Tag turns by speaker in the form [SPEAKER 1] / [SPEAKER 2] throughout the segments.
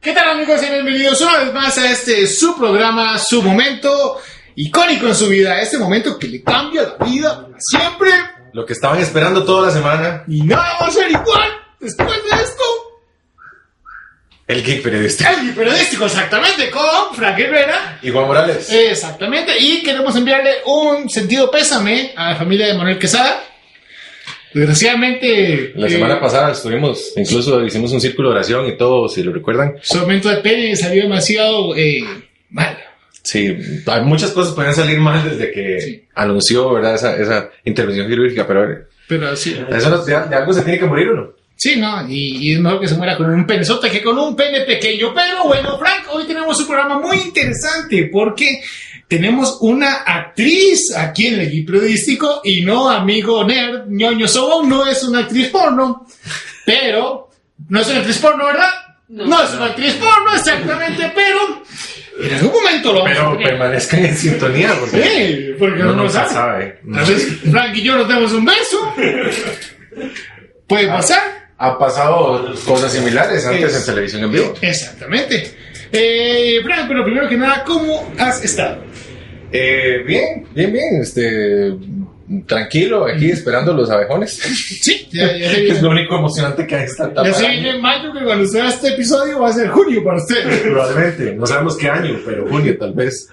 [SPEAKER 1] ¿Qué tal amigos? Y bienvenidos una vez más a este su programa, su momento icónico en su vida, este momento que le cambia la vida para siempre
[SPEAKER 2] Lo que estaban esperando toda la semana,
[SPEAKER 1] y nada va a ser igual después de esto.
[SPEAKER 2] el geek periodista.
[SPEAKER 1] El periodístico exactamente con Frank Herrera.
[SPEAKER 2] Y Juan Morales.
[SPEAKER 1] Eh, Exactamente, y queremos enviarle un sentido pésame a la familia de Manuel Quesada. Desgraciadamente,
[SPEAKER 2] la
[SPEAKER 1] eh,
[SPEAKER 2] semana pasada estuvimos, incluso hicimos un círculo de oración y todo, si lo recuerdan.
[SPEAKER 1] su momento de pene salió demasiado eh, mal.
[SPEAKER 2] Sí, hay muchas cosas pueden salir mal desde que
[SPEAKER 1] Sí.
[SPEAKER 2] anunció, ¿verdad? Esa, esa intervención quirúrgica, pero eh,
[SPEAKER 1] Pero así.
[SPEAKER 2] eso no- de, de algo se tiene que morir uno.
[SPEAKER 1] Sí, no, y, y es mejor que se muera con un penezote que con un pene pequeño. Pero bueno, Frank, hoy tenemos un programa muy interesante porque tenemos una actriz aquí en el equipo periodístico y no amigo nerd, ñoño sobo, no es una actriz porno, pero no es una actriz porno, ¿verdad? No,
[SPEAKER 3] No.
[SPEAKER 1] es una actriz porno, exactamente, pero en algún momento lo vamos a
[SPEAKER 2] Pero
[SPEAKER 1] tener.
[SPEAKER 2] permanezcan en sintonía porque
[SPEAKER 1] Sí, porque
[SPEAKER 2] uno
[SPEAKER 1] no, lo
[SPEAKER 2] nunca
[SPEAKER 1] sabe.
[SPEAKER 2] sabe.
[SPEAKER 1] A veces Frank y yo nos damos un beso. Puede pasar.
[SPEAKER 2] Ha pasado cosas similares antes
[SPEAKER 1] Es-
[SPEAKER 2] en televisión en vivo.
[SPEAKER 1] Exactamente. Eh, Frank, pero primero que nada, ¿cómo has estado?
[SPEAKER 2] Eh, bien, bien, bien. Este, tranquilo, aquí
[SPEAKER 1] Mm.
[SPEAKER 2] esperando los abejones.
[SPEAKER 1] Sí, ya, ya se
[SPEAKER 2] es
[SPEAKER 1] viene.
[SPEAKER 2] lo único emocionante que hay esta etapa.
[SPEAKER 1] Ya se viene en mayo, que cuando sea este episodio va a ser junio para usted.
[SPEAKER 2] Probablemente, no sabemos qué año, pero junio tal vez.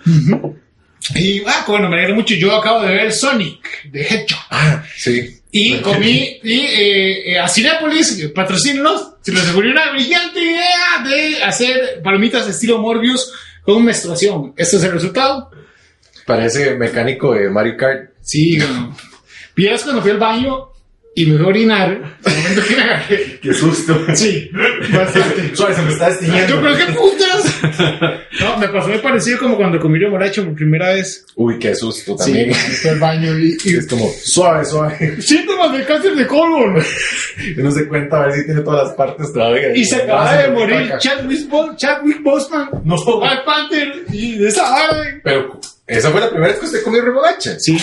[SPEAKER 1] Y, ah, bueno, me alegro mucho. Yo acabo de ver Sonic de Hedgehog.
[SPEAKER 2] Ah, sí.
[SPEAKER 1] Y comí, y eh, eh, a Cinépolis, eh, patrocínanos, se les ocurrió una brillante idea de hacer palomitas estilo Morbius con menstruación. ¿Este es el resultado?
[SPEAKER 2] Parece mecánico de Mario Kart.
[SPEAKER 1] Sí, bueno. Vieras cuando fui al baño y me fui a orinar, el momento que me agarré.
[SPEAKER 2] Qué susto.
[SPEAKER 1] Sí, bastante.
[SPEAKER 2] Suave, se me está
[SPEAKER 1] Yo
[SPEAKER 2] destiñendo.
[SPEAKER 1] creo que putas. No, me pasó muy parecido como cuando comí yo moracho por primera vez.
[SPEAKER 2] Uy, qué susto
[SPEAKER 1] Sí,
[SPEAKER 2] también.
[SPEAKER 1] fue al baño y,
[SPEAKER 2] Es como suave, suave.
[SPEAKER 1] y- síntomas de cáncer de colon.
[SPEAKER 2] No se cuenta a ver si tiene todas las partes todavía.
[SPEAKER 1] Y se acaba
[SPEAKER 2] Ah,
[SPEAKER 1] de
[SPEAKER 2] sí,
[SPEAKER 1] morir Ah.
[SPEAKER 2] acá.
[SPEAKER 1] Chadwick, Bo Chadwick Boseman,
[SPEAKER 2] No,
[SPEAKER 1] Black Panther y de esa madre.
[SPEAKER 2] pero esa fue la primera vez que usted comió remolacha.
[SPEAKER 1] Sí,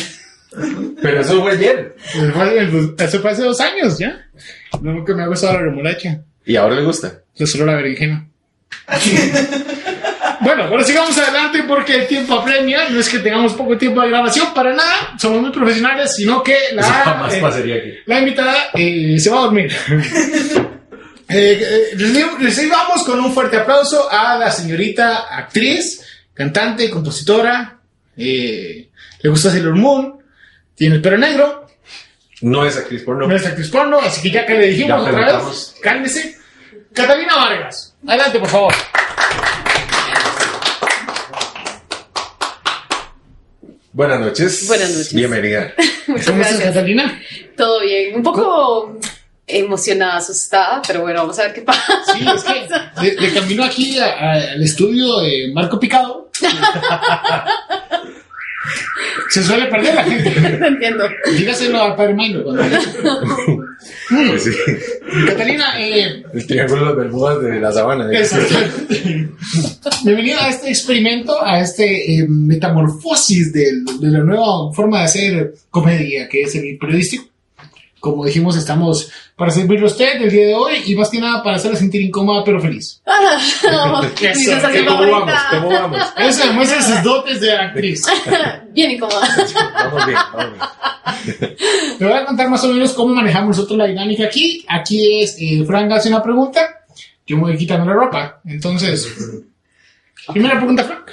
[SPEAKER 2] Pero eso fue ayer.
[SPEAKER 1] eso fue, en los- eso fue hace dos años ya. No, nunca me ha gustado la remolacha.
[SPEAKER 2] Y ahora le gusta.
[SPEAKER 1] Yo solo la berenjena. bueno, ahora sigamos adelante porque el tiempo apremia. No es que tengamos poco tiempo de grabación para nada. Somos muy profesionales, sino que
[SPEAKER 2] Eso
[SPEAKER 1] la, eh,
[SPEAKER 2] pasaría aquí.
[SPEAKER 1] la invitada eh, se va a dormir. Eh, eh, reci- recibamos con un fuerte aplauso a la señorita actriz, cantante, compositora. eh, le gusta Sailor Moon. Tiene el pelo negro.
[SPEAKER 2] No es actriz porno.
[SPEAKER 1] No es actriz porno, así que ya que le dijimos
[SPEAKER 2] Ya
[SPEAKER 1] otra vez,
[SPEAKER 2] preguntamos.
[SPEAKER 1] cálmese. Catalina Vargas, adelante por favor.
[SPEAKER 2] Buenas noches.
[SPEAKER 3] Buenas noches.
[SPEAKER 2] Bienvenida.
[SPEAKER 1] ¿Cómo estás,
[SPEAKER 3] gracias.
[SPEAKER 1] Catalina?
[SPEAKER 3] Todo bien, un poco emocionada, asustada, pero bueno, vamos a ver qué pasa.
[SPEAKER 1] Sí, es que de, de camino aquí a- a- al estudio de Marco Picado. Se suele perder la gente.
[SPEAKER 3] No entiendo.
[SPEAKER 1] Dígaselo a Padre Maino cuando le-
[SPEAKER 2] Pues sí.
[SPEAKER 1] Catalina, eh,
[SPEAKER 2] El triángulo de las Bermudas de la sabana.
[SPEAKER 1] exactamente. bienvenida a este experimento, a este eh, metamorfosis del- de, la nueva forma de hacer comedia, que es el periodístico. Como dijimos, estamos para servirle a usted el día de hoy y más que nada para hacerla sentir incómoda pero feliz.
[SPEAKER 3] Mi
[SPEAKER 1] Eso,
[SPEAKER 3] sensación
[SPEAKER 2] ¿Cómo
[SPEAKER 3] favorita.
[SPEAKER 2] vamos? ¿Cómo vamos?
[SPEAKER 1] Eso demuestra sus dotes de actriz.
[SPEAKER 3] Bien incómoda.
[SPEAKER 2] Vamos bien, vamos bien.
[SPEAKER 1] Te voy a contar más o menos cómo manejamos nosotros la dinámica aquí. Aquí es, eh, Frank hace una pregunta, yo me voy quitando la ropa. Entonces, primera pregunta, Frank.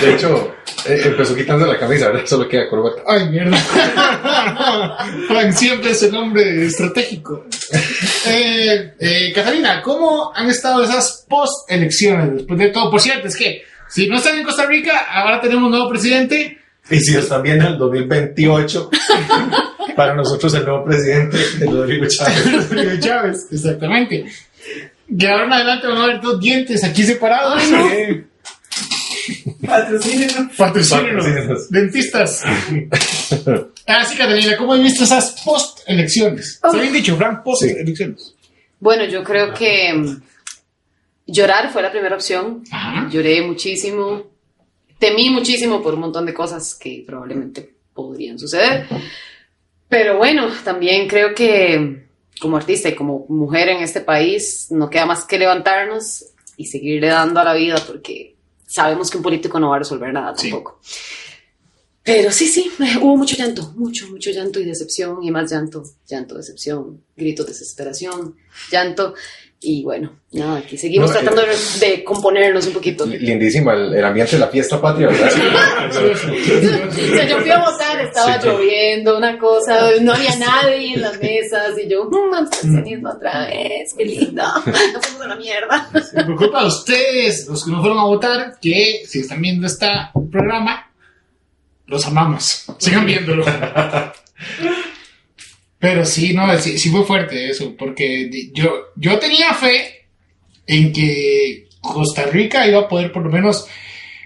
[SPEAKER 2] De hecho, eh, empezó quitándose la camisa, ahora solo queda corbata.
[SPEAKER 1] Ay, mierda. Frank siempre es el hombre estratégico. Eh, eh, Catalina, ¿cómo han estado esas post-elecciones después de todo? Por cierto, es que si no están en Costa Rica, ahora tenemos nuevo presidente.
[SPEAKER 2] Y si os también el 2028, para nosotros el nuevo presidente es Rodrigo Chávez.
[SPEAKER 1] Rodrigo Chávez, exactamente. De ahora en adelante van a haber dos dientes aquí separados. Patrocínenos.
[SPEAKER 2] Patrocínenos.
[SPEAKER 1] Dentistas. Así que, Daniela, ¿cómo has visto esas post-elecciones? Se bien Ah. dicho, Frank, post-elecciones.
[SPEAKER 3] Bueno, yo creo que mm, llorar fue la primera opción.
[SPEAKER 1] Ajá.
[SPEAKER 3] Lloré muchísimo, temí muchísimo por un montón de cosas que probablemente podrían suceder. Pero bueno, también creo que como artista y como mujer en este país, no queda más que levantarnos y seguirle dando a la vida porque sabemos que un político no va a resolver nada
[SPEAKER 1] Sí.
[SPEAKER 3] tampoco. Pero sí, sí, hubo mucho llanto, mucho, mucho llanto y decepción y más llanto, llanto, decepción, gritos, desesperación, llanto. Y bueno, nada, aquí seguimos
[SPEAKER 2] No, eh,
[SPEAKER 3] tratando de- de componernos un poquito.
[SPEAKER 2] Lindísima el, el ambiente de la fiesta patria, ¿verdad?
[SPEAKER 3] O sea, yo fui a votar, estaba lloviendo, una cosa, no había nadie en las mesas y yo, mmm, abstencionismo otra vez, qué lindo, no fuimos a la mierda.
[SPEAKER 1] Por culpa de ustedes, los que no fueron a votar, que si están viendo este programa, los amamos. Sigan viéndolo. Pero sí, no, sí, sí fue fuerte eso, porque di- yo, yo tenía fe en que Costa Rica iba a poder por lo menos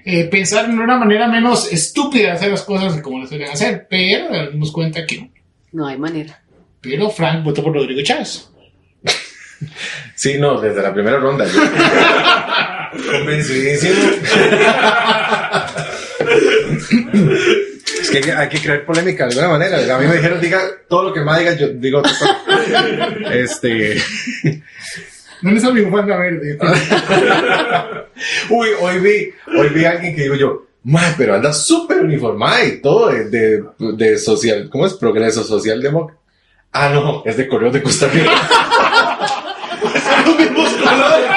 [SPEAKER 1] eh, pensar en una manera menos estúpida de hacer las cosas como las suelen hacer, pero nos dimos cuenta que no.
[SPEAKER 3] No hay manera.
[SPEAKER 1] Pero Frank votó por Rodrigo Chávez.
[SPEAKER 2] Sí, no, desde la primera ronda. yo- Convencidísimo. es que hay que crear polémica de alguna manera. A mí me dijeron, diga todo lo que más diga, yo digo. otra cosa. Este.
[SPEAKER 1] No les abrió Juan eh, a ver.
[SPEAKER 2] Uy, hoy vi, hoy vi a alguien que digo yo, "Mae, pero anda súper uniformada y todo de, de, de social, ¿cómo es? Progreso social demócrata. Ah, no, es de Correos de Costa Rica. Son los mismos colores.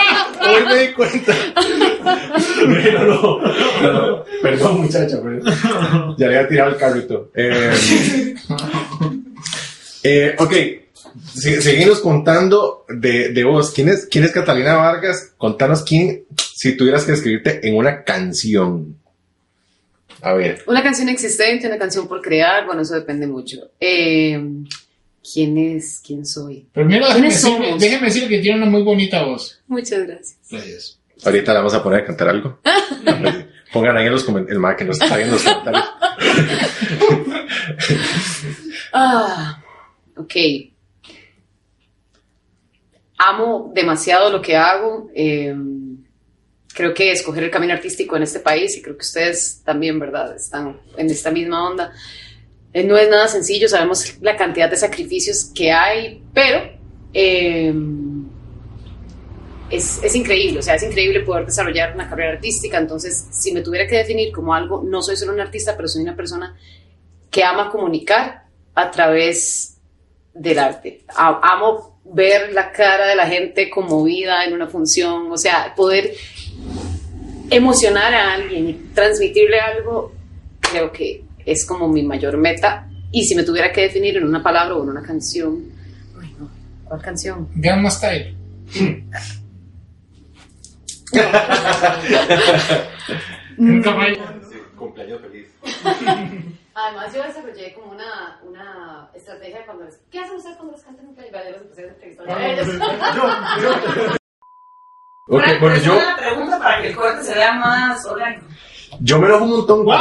[SPEAKER 2] Hoy me di cuenta. Bueno, no, no, no. Perdón, muchacha, pero ya le había tirado el carrito. Eh, eh, ok, se- seguimos contando de, de vos. ¿Quién es, ¿Quién es Catalina Vargas? Contanos quién, si tuvieras que escribirte en una canción. A ver,
[SPEAKER 3] Una canción existente, una canción por crear, bueno, eso depende mucho. Eh, ¿Quién es? ¿Quién soy?
[SPEAKER 1] Primero déjenme
[SPEAKER 3] ¿Quiénes
[SPEAKER 1] decir,
[SPEAKER 3] somos?
[SPEAKER 1] déjenme decir que tiene una muy bonita voz.
[SPEAKER 3] Muchas gracias.
[SPEAKER 1] Gracias.
[SPEAKER 2] ahorita la vamos a poner a cantar algo. Pongan ahí en los comentarios, el mae que nos está viendo en los comentarios.
[SPEAKER 3] Ah, ok. Amo demasiado lo que hago. eh, creo que escoger el camino artístico en este país, y creo que ustedes también, ¿verdad? Están en esta misma onda. Eh, no es nada sencillo, sabemos la cantidad de sacrificios que hay, pero eh, es, es increíble, o sea, es increíble poder desarrollar una carrera artística. Entonces, si me tuviera que definir como algo, no soy solo un artista, pero soy una persona que ama comunicar a través del arte. A- Amo ver la cara de la gente conmovida en una función, o sea, poder emocionar a alguien y transmitirle algo, creo que es como mi mayor meta. Y si me tuviera que definir en una palabra o en una canción, ay no, ¿cuál canción?
[SPEAKER 1] Gamma Style. Nunca vaya.
[SPEAKER 2] Cumpleaños feliz.
[SPEAKER 3] Además, yo desarrollé como una, una estrategia cuando les... ¿Qué hacen ustedes cuando les cantan un playback? Yo los empecé a entrevistar a ellos.
[SPEAKER 2] Ok, bueno, yo,
[SPEAKER 4] pues, Una pregunta para que el corte se vea más orgánico.
[SPEAKER 2] yo me enojo un montón.
[SPEAKER 1] ¡Wow!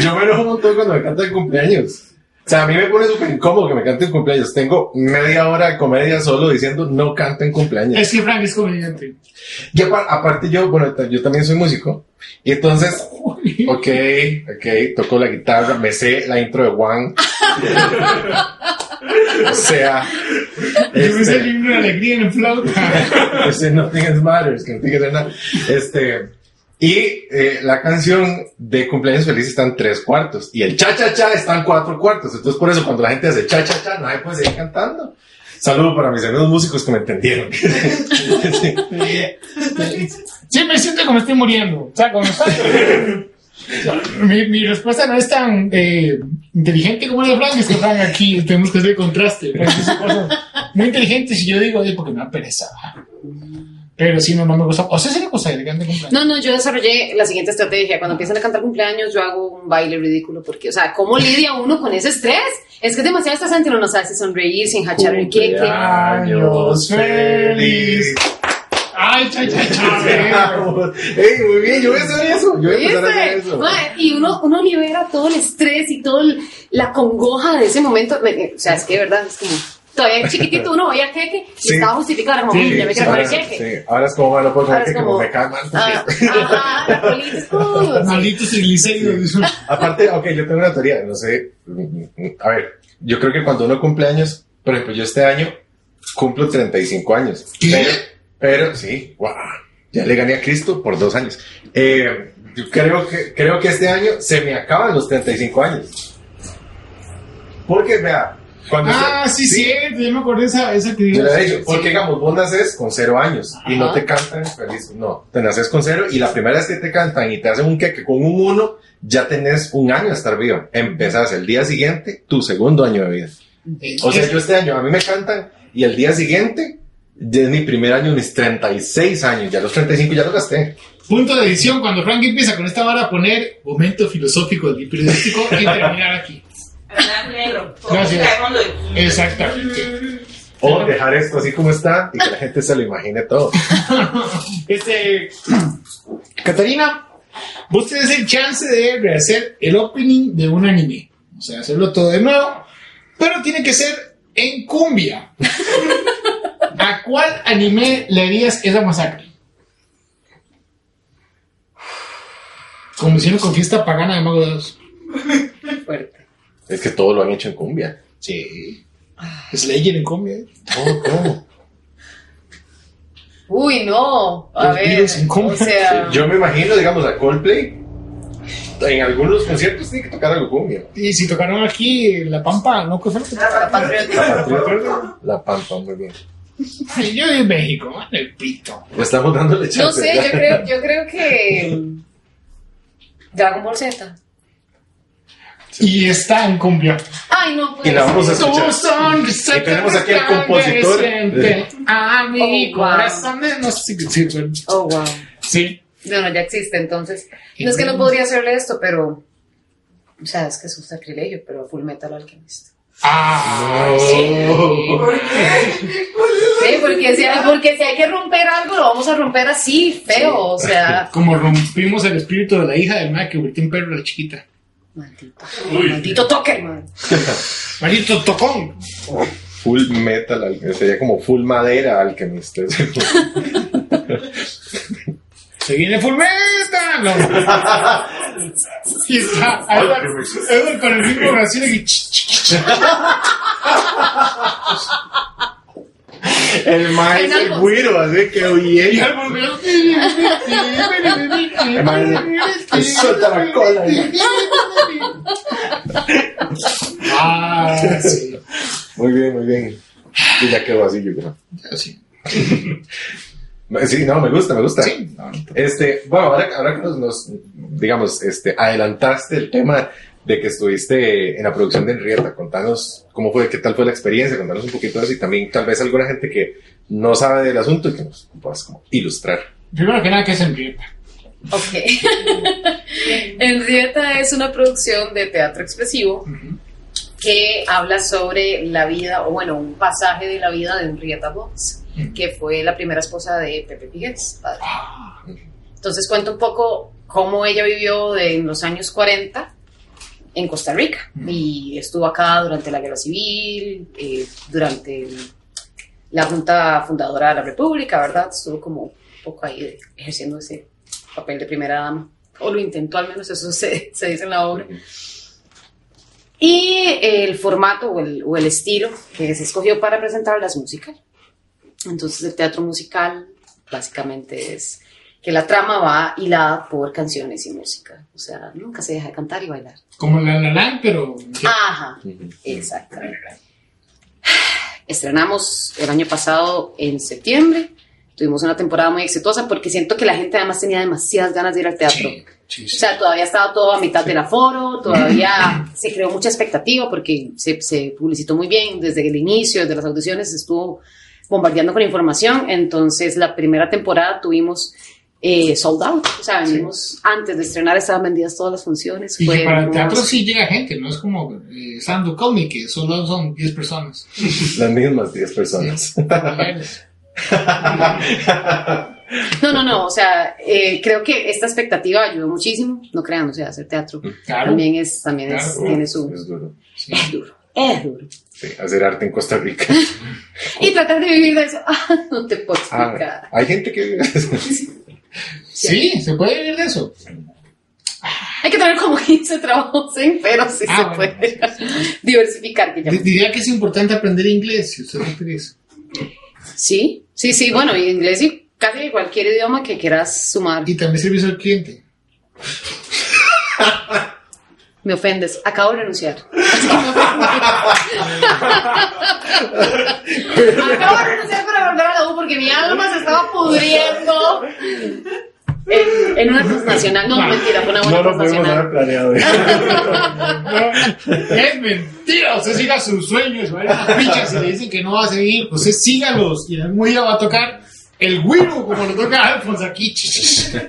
[SPEAKER 2] Yo me enojo un montón cuando me cantan cumpleaños. O sea, a mí me pone súper incómodo que me canten cumpleaños. Tengo media hora de comedia solo diciendo no canten cumpleaños.
[SPEAKER 1] Es que Frank es comediante.
[SPEAKER 2] Yo, apar- aparte, yo, bueno, ta- yo también soy músico. Y entonces, ok, ok, toco la guitarra, me sé la intro de Juan. o sea,
[SPEAKER 1] Yo me sé el
[SPEAKER 2] este,
[SPEAKER 1] himno de alegría en el flauta.
[SPEAKER 2] ese Nothing Else Matters, que no tiene que ser nada. Este, y eh, la canción de Cumpleaños Feliz está en tres cuartos. Y el cha-cha-cha está en cuatro cuartos. Entonces, por eso, cuando la gente hace cha-cha-cha, nadie puede seguir cantando. Saludo para mis amigos músicos que me entendieron. Sí.
[SPEAKER 1] Sí, me siento como estoy muriendo. O sea, como mi, mi respuesta no es tan eh, inteligente como la de Frank. Es que Frank aquí tenemos que hacer contraste. Frank dice cosas muy inteligentes y yo digo, "Ay, porque me da pereza. Pero si no, no me gusta. O sea, sería cosa elegante.
[SPEAKER 3] No, no, yo desarrollé la siguiente estrategia. Cuando empiezan a cantar cumpleaños, yo hago un baile ridículo porque, o sea, ¿cómo lidia uno con ese estrés? Es que es demasiado estresante, uno no sabe si sonreír, si enjachar el queque.
[SPEAKER 2] Cumpleaños feliz.
[SPEAKER 1] Ay, cha, cha, cha.
[SPEAKER 2] Ey, muy bien, yo voy a hacer eso. Yo voy a empezar a hacer
[SPEAKER 3] ¿Viste?
[SPEAKER 2] eso.
[SPEAKER 3] Mae, Y uno, uno libera todo el estrés y toda la congoja de ese momento. Me- O sea, es que, de ¿verdad? Es como, Todavía chiquitito uno veía el jeque y
[SPEAKER 2] Sí.
[SPEAKER 3] estaba justificado. Era como,
[SPEAKER 1] Sí,
[SPEAKER 3] "Mm, ya me
[SPEAKER 1] sí,
[SPEAKER 3] quiero comer
[SPEAKER 2] ahora,
[SPEAKER 3] el jeque.
[SPEAKER 2] sí, ahora es como malo puedo
[SPEAKER 3] Ahora
[SPEAKER 2] comer
[SPEAKER 3] es
[SPEAKER 2] que
[SPEAKER 3] como-
[SPEAKER 2] como me cae mal.
[SPEAKER 3] Ah, ajá, felices, uh, sí.
[SPEAKER 1] Malditos triglicéridos.
[SPEAKER 2] Aparte, ok, yo tengo una teoría, no sé. A ver, yo creo que cuando uno cumple años, por ejemplo, yo este año cumplo 35 años.
[SPEAKER 1] ¿Qué?
[SPEAKER 2] Pero, pero sí, wow, ya le gané a Cristo por dos años. Eh, yo creo que, creo que este año se me acaban los 35 años. Porque, vea, cuando.
[SPEAKER 1] Ah, sí, cierto. Ya me acordé esa, esa que
[SPEAKER 2] Yo
[SPEAKER 1] digo.
[SPEAKER 2] le he dicho, porque digamos, vos naces con cero años y no
[SPEAKER 3] Ajá.
[SPEAKER 2] te cantan feliz. No, te naces con cero y la primera vez que te cantan y te hacen un queque con un uno, ya tenés un año de estar vivo. Empezás el día siguiente tu segundo año de vida. O sea, yo este año a mí me cantan y el día siguiente ya es mi primer año, mis 36 años. Ya los 35 ya los gasté.
[SPEAKER 1] Punto de edición, cuando Frank empieza con esta vara a poner momento filosófico del periodístico y terminar aquí.
[SPEAKER 4] Blanco y negro. Con
[SPEAKER 1] Gracias.
[SPEAKER 4] música de fondo y-
[SPEAKER 1] Exactamente.
[SPEAKER 2] O dejar esto así como está y que la gente se lo imagine todo.
[SPEAKER 1] Este, Catarina, vos tenés el chance de rehacer el opening de un anime. O sea, hacerlo todo de nuevo, pero tiene que ser en cumbia. ¿A cuál anime le harías esa masacre? Como hicieron con fiesta pagana de Mago de Oz.
[SPEAKER 3] Fuerte.
[SPEAKER 2] Es que todo lo han hecho en cumbia.
[SPEAKER 1] Sí. Slayer en cumbia. ¿eh?
[SPEAKER 2] Todo, todo.
[SPEAKER 3] Uy, no. A
[SPEAKER 1] Los
[SPEAKER 3] ver.
[SPEAKER 1] Beatles en
[SPEAKER 3] O
[SPEAKER 1] coma.
[SPEAKER 3] sea,
[SPEAKER 2] Yo me imagino, digamos, a Coldplay. En algunos conciertos tiene que tocar algo cumbia.
[SPEAKER 1] Y si tocaron aquí en La Pampa, ¿no? ¿Qué fue lo que
[SPEAKER 4] La patriota.
[SPEAKER 2] La Pampa, la Pampa, muy bien.
[SPEAKER 1] Ay, Yo de México, en el pito.
[SPEAKER 2] Le estamos dándole chance.
[SPEAKER 3] no sé,
[SPEAKER 2] ¿verdad?
[SPEAKER 3] yo creo, yo creo que. Dragon Ball Z.
[SPEAKER 1] Y está en cumbia.
[SPEAKER 3] Ay, no. pues.
[SPEAKER 2] Y la vamos a
[SPEAKER 1] Tú
[SPEAKER 2] escuchar.
[SPEAKER 1] son-
[SPEAKER 2] Y tenemos aquí al compositor.
[SPEAKER 1] presente A mi
[SPEAKER 3] Oh, wow.
[SPEAKER 1] corazón de- no sé si- sí, bueno,
[SPEAKER 3] Oh, wow.
[SPEAKER 1] sí.
[SPEAKER 3] No, no, ya existe, entonces. No es que no podría hacerle esto, pero. O sea, es que es un sacrilegio, pero Full Metal Alchemist.
[SPEAKER 1] Ah,
[SPEAKER 2] Oh.
[SPEAKER 3] Sí, porque si, hay, porque si hay que romper algo, lo vamos a romper así, feo. O sea,
[SPEAKER 1] Como rompimos el espíritu de la hija del Mac que volteó en perro a la chiquita.
[SPEAKER 3] maldito. Maldito toque, man.
[SPEAKER 1] Marito Tocón.
[SPEAKER 2] Full metal, al- sería como full madera al que me esté.
[SPEAKER 1] Se viene full metal. No. y está Edward, Edward con el mismo brazo de que ch, ch, ch, ch.
[SPEAKER 2] El maestro
[SPEAKER 3] En algo.
[SPEAKER 2] güiro, así que
[SPEAKER 1] Y
[SPEAKER 2] oye.
[SPEAKER 1] al volver-
[SPEAKER 2] Y suelta la cola.
[SPEAKER 1] Ah, sí.
[SPEAKER 2] Muy bien, muy bien. Y ya quedó así, yo creo.
[SPEAKER 1] Sí.
[SPEAKER 2] Sí, no, me gusta, me gusta.
[SPEAKER 1] Sí, no, no.
[SPEAKER 2] Este, bueno, ahora, ahora que nos, nos, digamos, este, adelantaste el tema de que estuviste en la producción de Enrieta, contanos cómo fue, qué tal fue la experiencia, contanos un poquito de eso y también tal vez alguna gente que no sabe del asunto y que nos puedas como ilustrar.
[SPEAKER 1] Primero que nada, que es Enrieta.
[SPEAKER 3] Ok. Enrieta es una producción de teatro expresivo que habla sobre la vida, o bueno, un pasaje de la vida de Enrieta Box, que fue la primera esposa de Pepe Piguels, padre. Entonces cuento un poco cómo ella vivió de- en los años 40 en Costa Rica y estuvo acá durante la guerra civil, eh, durante el- la junta fundadora de la república, ¿verdad? Estuvo como un poco ahí de- ejerciendo ese papel de primera dama, o lo intentó al menos, eso se, se dice en la obra. Y el formato o el, o el estilo que se escogió para presentarla es musical. Entonces el teatro musical básicamente es que la trama va hilada por canciones y música. O sea, nunca se deja de cantar y bailar.
[SPEAKER 1] Como la la Land, pero.
[SPEAKER 3] Ajá, exactamente. Estrenamos el año pasado en septiembre. Tuvimos una temporada muy exitosa porque siento que la gente además tenía demasiadas ganas de ir al teatro.
[SPEAKER 1] Sí, sí,
[SPEAKER 3] O
[SPEAKER 1] sí.
[SPEAKER 3] sea, todavía estaba todo a mitad del aforo, todavía se creó mucha expectativa porque se, se publicitó muy bien desde el inicio, desde las audiciones, se estuvo bombardeando con información. Entonces, la primera temporada tuvimos eh, sold out, o sea, vendimos antes de estrenar, estaban vendidas todas las funciones.
[SPEAKER 1] Y
[SPEAKER 3] fue
[SPEAKER 1] que para el
[SPEAKER 3] hermoso.
[SPEAKER 1] teatro sí llega gente, no es como eh, Sandu Comic, que solo son 10 personas.
[SPEAKER 2] Las mismas 10 personas.
[SPEAKER 3] No, no, no, o sea, eh, creo que esta expectativa ayudó muchísimo, no crean, o sea, hacer teatro
[SPEAKER 1] Mm, Claro.
[SPEAKER 3] también es, también es-
[SPEAKER 1] Claro.
[SPEAKER 3] tiene su...
[SPEAKER 2] Es duro.
[SPEAKER 3] Es duro, es duro.
[SPEAKER 2] Sí, hacer arte en Costa Rica.
[SPEAKER 1] Oh.
[SPEAKER 3] Y tratar de vivir de eso. Ah, no te puedo explicar.
[SPEAKER 2] Ah, hay gente que vive de eso.
[SPEAKER 1] Sí, se puede vivir de eso.
[SPEAKER 3] Hay que tener como 15 trabajos, ¿eh? pero sí
[SPEAKER 1] Ah,
[SPEAKER 3] se
[SPEAKER 1] bueno,
[SPEAKER 3] puede diversificar.
[SPEAKER 1] D-
[SPEAKER 3] Guillermo.
[SPEAKER 1] Diría que es importante aprender inglés, si usted no quiere eso.
[SPEAKER 3] Sí, sí, sí, bueno, y inglés y casi cualquier idioma que quieras sumar.
[SPEAKER 1] Y también servicio al cliente.
[SPEAKER 3] Me ofendes, acabo de renunciar. acabo de renunciar para volver a la U porque mi alma se estaba pudriendo en, en una transnacional. No, mentira, fue una
[SPEAKER 2] No
[SPEAKER 3] buena
[SPEAKER 2] lo podemos
[SPEAKER 3] transnacional.
[SPEAKER 2] haber planeado.
[SPEAKER 1] Es mentira, usted siga sus sueños, ¿vale? Las pichas y le dicen que no va a seguir, pues usted sígalos y algún día va a tocar el güiro como lo toca Alfonso aquí. Ch, ch, ch.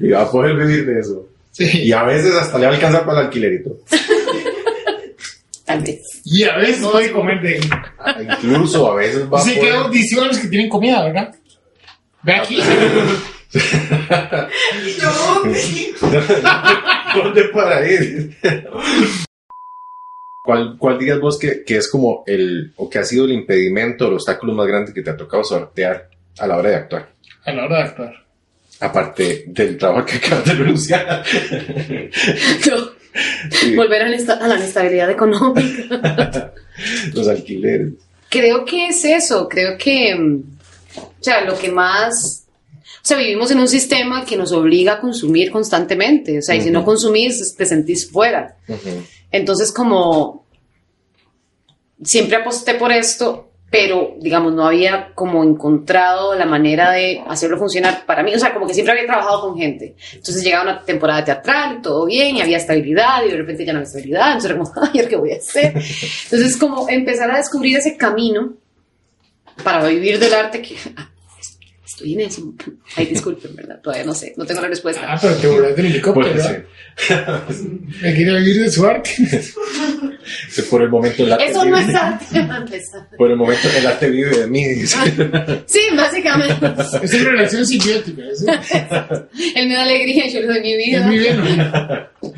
[SPEAKER 2] Y va a poder vivir de eso. Y
[SPEAKER 1] Sí.
[SPEAKER 2] a veces hasta le alcanza para el alquilerito.
[SPEAKER 3] Tal vez.
[SPEAKER 1] Y a veces puede comer de ahí.
[SPEAKER 2] Incluso a veces va a
[SPEAKER 1] Sí,
[SPEAKER 2] poder...
[SPEAKER 1] quedan 18 años que tienen comida, ¿verdad? Ve aquí.
[SPEAKER 4] Y yo, sí.
[SPEAKER 2] ¿Dónde para ir? ¿Cuál, cuál dirías vos que, que es como el, o que ha sido el impedimento, el obstáculo más grande que te ha tocado sortear a la hora de actuar?
[SPEAKER 1] A la hora de actuar.
[SPEAKER 2] Aparte del trabajo que acabas de renunciar.
[SPEAKER 3] No.
[SPEAKER 2] Pues-
[SPEAKER 3] Volver a la, insta- a la inestabilidad económica.
[SPEAKER 2] Los alquileres.
[SPEAKER 3] Creo que es eso, creo que, mm, o sea, lo que más, o sea, vivimos en un sistema que nos obliga a consumir constantemente, o sea, y si no consumís, te sentís fuera.
[SPEAKER 2] Ujú.
[SPEAKER 3] Entonces, como siempre aposté por esto, pero digamos, no había como encontrado la manera de hacerlo funcionar para mí. O sea, como que siempre había trabajado con gente. Entonces llegaba una temporada teatral, todo bien, y había estabilidad, y de repente ya no había estabilidad. Entonces era como, ay, ¿ahora ¿qué voy a hacer? Entonces, como empezar a descubrir ese camino para vivir del arte que. ah, Estoy en eso. Ay, disculpen, ¿verdad? Todavía no sé, no tengo la respuesta.
[SPEAKER 1] Ah, pero te volvés del helicóptero.
[SPEAKER 2] Porque
[SPEAKER 1] ¿verdad?
[SPEAKER 2] se-
[SPEAKER 1] Me quiere vivir de su arte.
[SPEAKER 2] se- por el momento el arte
[SPEAKER 3] Eso no
[SPEAKER 2] vive,
[SPEAKER 3] es arte, antes.
[SPEAKER 2] Por el momento el arte vive de mí. dice.
[SPEAKER 3] Sí, básicamente.
[SPEAKER 1] Es una relación simbiótica. ¿eh? ¿sí?
[SPEAKER 3] Él me da alegría, yo le doy mi
[SPEAKER 1] Es
[SPEAKER 3] vida.
[SPEAKER 1] muy bien.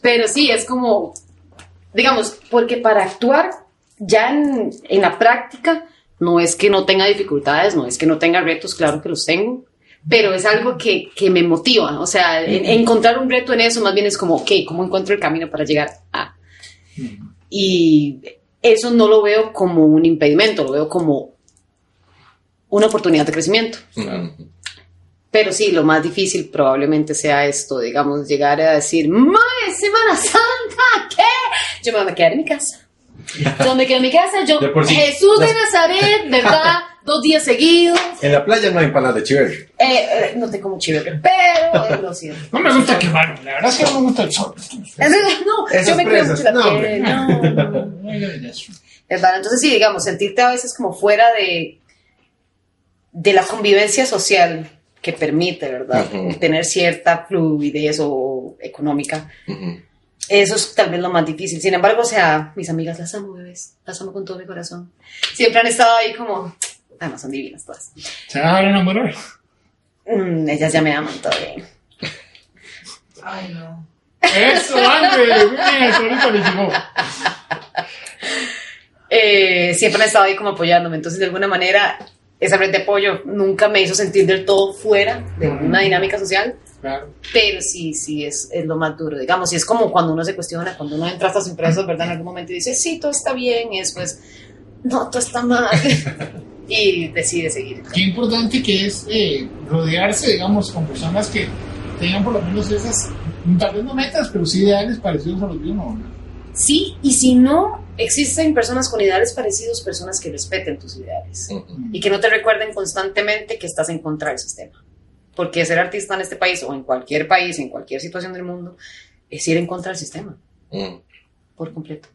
[SPEAKER 3] Pero sí, es como, digamos, porque para actuar ya en, en la práctica, no es que no tenga dificultades, no es que no tenga retos, claro que los tengo, pero es algo que, que me motiva. O sea, en- encontrar un reto en eso más bien es como, ok, ¿cómo encuentro el camino para llegar a? Mm. Y eso no lo veo como un impedimento, lo veo como una oportunidad de crecimiento.
[SPEAKER 2] Ujú.
[SPEAKER 3] Pero sí, lo más difícil probablemente sea esto, digamos, llegar a decir, ¡Mae, Semana Santa! ¿Qué? Yo me voy a quedar en mi casa. Yo me quedo en mi casa, yo,
[SPEAKER 2] De por sí,
[SPEAKER 3] Jesús de
[SPEAKER 2] las-
[SPEAKER 3] Nazaret, ¿verdad? Dos días seguidos.
[SPEAKER 2] En la playa no hay palas de chiver.
[SPEAKER 3] Eh, eh, no tengo mucho chido, pero eh, lo siento.
[SPEAKER 1] No me gusta quemarme, la verdad es que no me gusta el sol.
[SPEAKER 3] Es verdad, No,
[SPEAKER 2] Esas
[SPEAKER 3] yo me quedo
[SPEAKER 2] presas,
[SPEAKER 3] mucho la
[SPEAKER 2] no,
[SPEAKER 3] piel,
[SPEAKER 2] hombre.
[SPEAKER 3] no, no, no. ¿verdad? Entonces sí, digamos, sentirte a veces como fuera de, de la convivencia social que permite, ¿verdad?
[SPEAKER 2] Ujú.
[SPEAKER 3] Tener cierta fluidez o económica.
[SPEAKER 2] Ujú.
[SPEAKER 3] Eso es tal vez lo más difícil. Sin embargo, o sea, mis amigas las amo, bebés. Las amo con todo mi corazón. Siempre han estado ahí como... Además, son divinas todas.
[SPEAKER 1] Se van a enamorar.
[SPEAKER 3] Mm, ellas ya me aman, todo bien.
[SPEAKER 4] Ay, no.
[SPEAKER 1] Eso, André, muy bien, eso ahorita le llegó.
[SPEAKER 3] Eh, siempre han estado ahí como apoyándome. Entonces, de alguna manera, esa red de apoyo nunca me hizo sentir del todo fuera de una dinámica social.
[SPEAKER 1] Claro.
[SPEAKER 3] Pero sí, sí, es, es lo más duro, digamos, y es como cuando uno se cuestiona, cuando uno entra a estas empresas, ¿verdad? En algún momento y dice, sí, todo está bien, y después, no, todo está mal, y decide seguir.
[SPEAKER 1] Qué importante que es eh, rodearse, digamos, con personas que tengan por lo menos esas, tal vez no metas, pero sí ideales parecidos a los de uno. ¿no?
[SPEAKER 3] Sí, y si no, existen personas con ideales parecidos, personas que respeten tus ideales,
[SPEAKER 2] Ujú.
[SPEAKER 3] y que no te recuerden constantemente que estás en contra del sistema, porque ser artista en este país, o en cualquier país, en cualquier situación del mundo, es ir en contra del sistema,
[SPEAKER 2] Ujú.
[SPEAKER 3] por completo.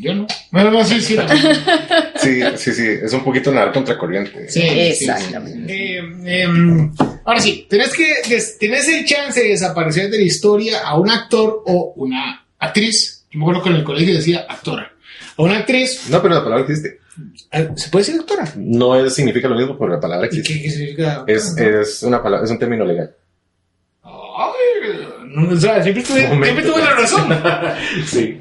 [SPEAKER 1] Yo no. Bueno, no sé si la-
[SPEAKER 2] Sí, sí, sí. Es un poquito nadar contracorriente.
[SPEAKER 1] Sí,
[SPEAKER 3] Exactamente.
[SPEAKER 1] Eh, em, ahora sí, tenés, que des- tenés el chance de desaparecer de la historia a un actor o una actriz. Yo me acuerdo que en el colegio decía actora. A una actriz,
[SPEAKER 2] No, pero la palabra existe.
[SPEAKER 1] eh, ¿se puede decir actora?
[SPEAKER 2] No es- significa lo mismo, pero la palabra
[SPEAKER 1] ¿Y
[SPEAKER 2] existe.
[SPEAKER 1] qué, qué significa?
[SPEAKER 2] Es,
[SPEAKER 1] Ay,
[SPEAKER 2] es una palabra, es un término legal.
[SPEAKER 1] no, o sea, siempre tuve,
[SPEAKER 2] Momento.
[SPEAKER 1] siempre tuve la razón.
[SPEAKER 2] Sí.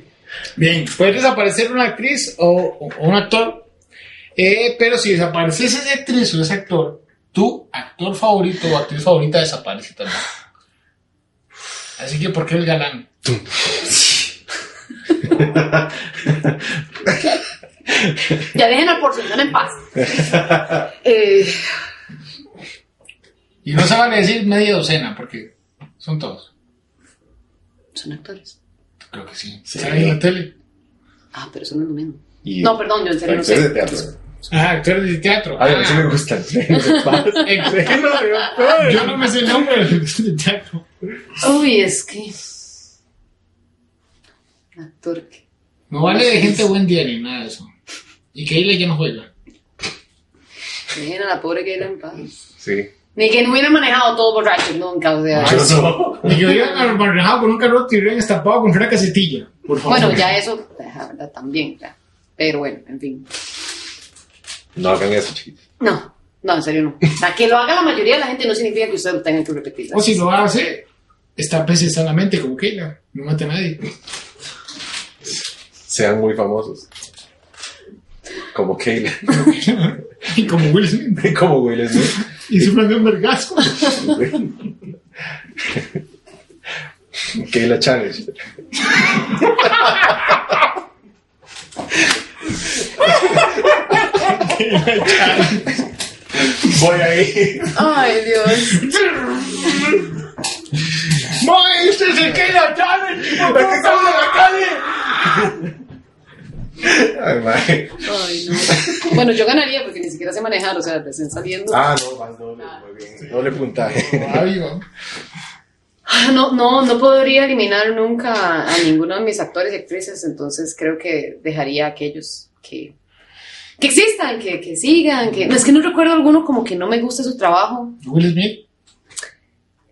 [SPEAKER 1] Bien, puede desaparecer una actriz o, o un actor, eh, pero si desapareces esa actriz o ese actor, tu actor favorito o actriz favorita desaparece también. Así que, ¿por qué el galán?
[SPEAKER 3] Ya dejen al porcentón en paz. Eh,
[SPEAKER 1] Y no se van a decir media docena, porque son todos.
[SPEAKER 3] son actores.
[SPEAKER 1] Creo que sí.
[SPEAKER 2] Sí.
[SPEAKER 1] ¿Salen en la tele?
[SPEAKER 3] Ah, pero eso no es lo mismo.
[SPEAKER 2] Y-
[SPEAKER 3] No, perdón, yo en serio no
[SPEAKER 2] Actores de
[SPEAKER 3] sé.
[SPEAKER 2] teatro.
[SPEAKER 1] Ah, actores de teatro.
[SPEAKER 2] A ver,
[SPEAKER 1] Ah,
[SPEAKER 2] sí me gustan.
[SPEAKER 1] en serio, Ah, Yo no me sé el nombre de los de teatro.
[SPEAKER 3] Uy, es que. Actor que.
[SPEAKER 1] No vale de gente buen día ni nada de eso. Y que Ile ya no juega.
[SPEAKER 3] Dejen a la pobre que en paz.
[SPEAKER 2] Sí.
[SPEAKER 3] Ni que no hubiera manejado todo borracho nunca, o sea.
[SPEAKER 2] Yo no.
[SPEAKER 1] Y que iban a manejado con un carro y hubieran estampado con una casetilla. Por favor.
[SPEAKER 3] Bueno, ya eso, la verdad, también, ya. Pero bueno, en fin.
[SPEAKER 2] No hagan eso, chiquitos.
[SPEAKER 3] No, no, en serio no. O sea, que lo haga la mayoría de la gente no significa que ustedes lo tengan que repetir.
[SPEAKER 1] O si lo hace, está pese sanamente como Keila. No mate a nadie.
[SPEAKER 2] Sean muy famosos. Como Kayla.
[SPEAKER 1] Y como Will Smith.
[SPEAKER 2] Como Will Smith.
[SPEAKER 1] Y se prende un vergazo.
[SPEAKER 2] Kayla Challenge. Voy ahí.
[SPEAKER 3] Ay, Dios.
[SPEAKER 1] ¡Mae, usted se Keila Challenge!
[SPEAKER 2] ¡Aquí estamos en la calle! Ay, madre.
[SPEAKER 3] Ay, no. Bueno, yo ganaría porque ni siquiera sé manejar, o sea, recién saliendo.
[SPEAKER 2] Ah, no, vas doble. Muy bien. Doble puntaje.
[SPEAKER 1] Ay, va.
[SPEAKER 3] Ah, No, no, no podría eliminar nunca a ninguno de mis actores y actrices, entonces creo que dejaría a aquellos que, que existan, que, que sigan, que... No, es que no recuerdo alguno como que no me gusta su trabajo.
[SPEAKER 1] Will Smith.